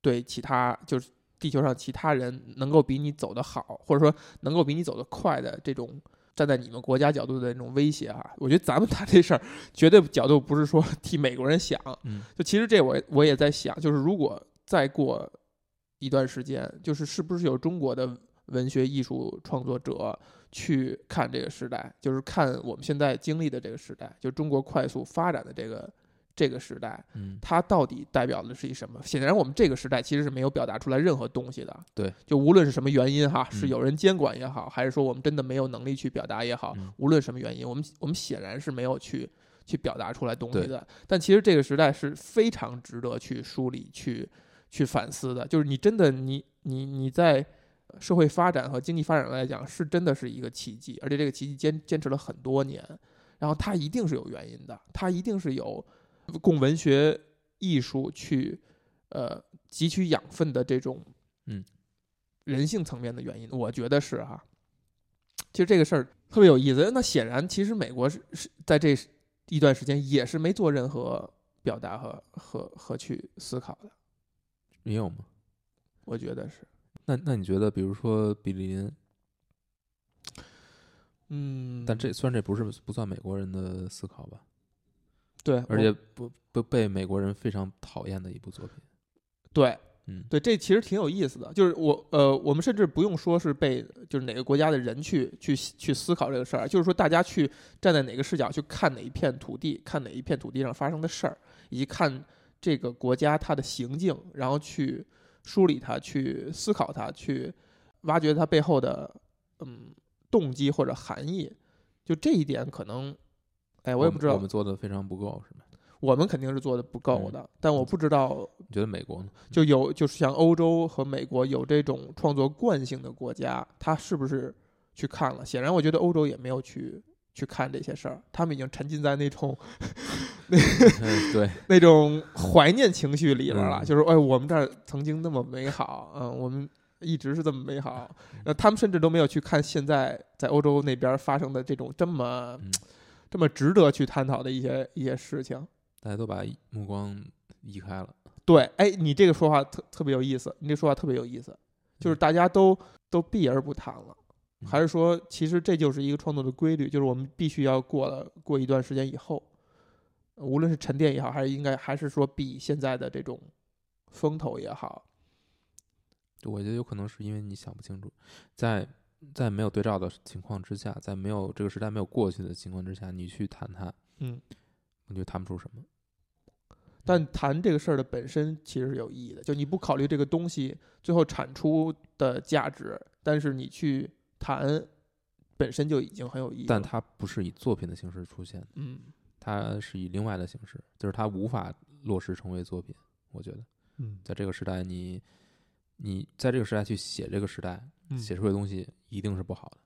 [SPEAKER 1] 对其他就是地球上其他人能够比你走得好，或者说能够比你走得快的这种站在你们国家角度的那种威胁啊。我觉得咱们 [LAUGHS] 谈这事儿绝对角度不是说替美国人想，
[SPEAKER 2] 嗯
[SPEAKER 1] 就其实这我也我也在想，就是如果再过一段时间，就是是不是有中国的文学艺术创作者去看这个时代，就是看我们现在经历的这个时代，就中国快速发展的这个这个时代，
[SPEAKER 2] 嗯，
[SPEAKER 1] 它到底代表的是一什么？显然，我们这个时代其实是没有表达出来任何东西的。
[SPEAKER 2] 对，
[SPEAKER 1] 就无论是什么原因哈，
[SPEAKER 2] 嗯
[SPEAKER 1] 是有人监管也好，还是说我们真的没有能力去表达也好，
[SPEAKER 2] 嗯
[SPEAKER 1] 无论什么原因，我们我们显然是没有去去表达出来东西的。但其实这个时代是非常值得去梳理、去去反思的。就是你真的你你你在社会发展和经济发展来讲，是真的是一个奇迹，而且这个奇迹坚坚持了很多年。然后它一定是有原因的，它一定是有供文学艺术去呃汲取养分的这种
[SPEAKER 2] 嗯
[SPEAKER 1] 人性层面的原因，我觉得是哈、其实这个事儿特别有意思。那显然，其实美国是是在这一段时间也是没做任何表达和和和去思考的，
[SPEAKER 2] 也有吗？
[SPEAKER 1] 我觉得是。
[SPEAKER 2] 那那你觉得，比如说比利林，
[SPEAKER 1] 嗯，
[SPEAKER 2] 但这虽然这不是不算美国人的思考吧，
[SPEAKER 1] 对，我
[SPEAKER 2] 而且不不被美国人非常讨厌的一部作品，
[SPEAKER 1] 对
[SPEAKER 2] 嗯，
[SPEAKER 1] 对，这其实挺有意思的。就是我呃，我们甚至不用说是被就是哪个国家的人去去去思考这个事儿，啊就是说大家去站在哪个视角去看哪一片土地，看哪一片土地上发生的事儿，以及看这个国家它的行径，然后去梳理它，去思考它，去挖掘它背后的嗯动机或者含义。就这一点，可能哎，我也
[SPEAKER 2] 们
[SPEAKER 1] 不知道，
[SPEAKER 2] 我们嗯做的非常不够，是吗？
[SPEAKER 1] 我们肯定是做的不够的，但我不知道
[SPEAKER 2] 你觉得美
[SPEAKER 1] [LAUGHS]
[SPEAKER 2] 国呢？ [LAUGHS]
[SPEAKER 1] 就有就是像欧洲和美国有这种创作惯性的国家，他是不是去看了？显然，我觉得欧洲也没有去去看这些事儿，他们已经沉浸在那种
[SPEAKER 2] 嗯对，
[SPEAKER 1] 那种怀念情绪里边了。
[SPEAKER 2] 嗯
[SPEAKER 1] 就是哎，我们这儿曾经那么美好，嗯，我们一直是这么美好。
[SPEAKER 2] 嗯
[SPEAKER 1] 那他们甚至都没有去看现在在欧洲那边发生的这种这么、
[SPEAKER 2] 嗯
[SPEAKER 1] 这么值得去探讨的一些一些事情。
[SPEAKER 2] 大家都把目光移开了，
[SPEAKER 1] 对，哎，你这个说法特特别有意思，你这说法特别有意思，就是大家都都避而不谈了，
[SPEAKER 2] 嗯
[SPEAKER 1] 还是说其实这就是一个创作的规律，就是我们必须要过了过一段时间以后，呃无论是沉淀也好，还是应该还是说避现在的这种风头也好，
[SPEAKER 2] 我觉得有可能是因为你想不清楚，在在没有对照的情况之下，在没有这个时代没有过去的情况之下，你去谈它，
[SPEAKER 1] 嗯，
[SPEAKER 2] 你就谈不出什么。嗯
[SPEAKER 1] 但谈这个事儿的本身其实是有意义的，就你不考虑这个东西最后产出的价值，但是你去谈，本身就已经很有意义了，
[SPEAKER 2] 但它不是以作品的形式出现的，
[SPEAKER 1] 嗯
[SPEAKER 2] 它是以另外的形式，就是它无法落实成为作品。我觉得，
[SPEAKER 1] 嗯
[SPEAKER 2] 在这个时代你，你在这个时代去写这个时代，
[SPEAKER 1] 嗯
[SPEAKER 2] 写出来的东西一定是不好的。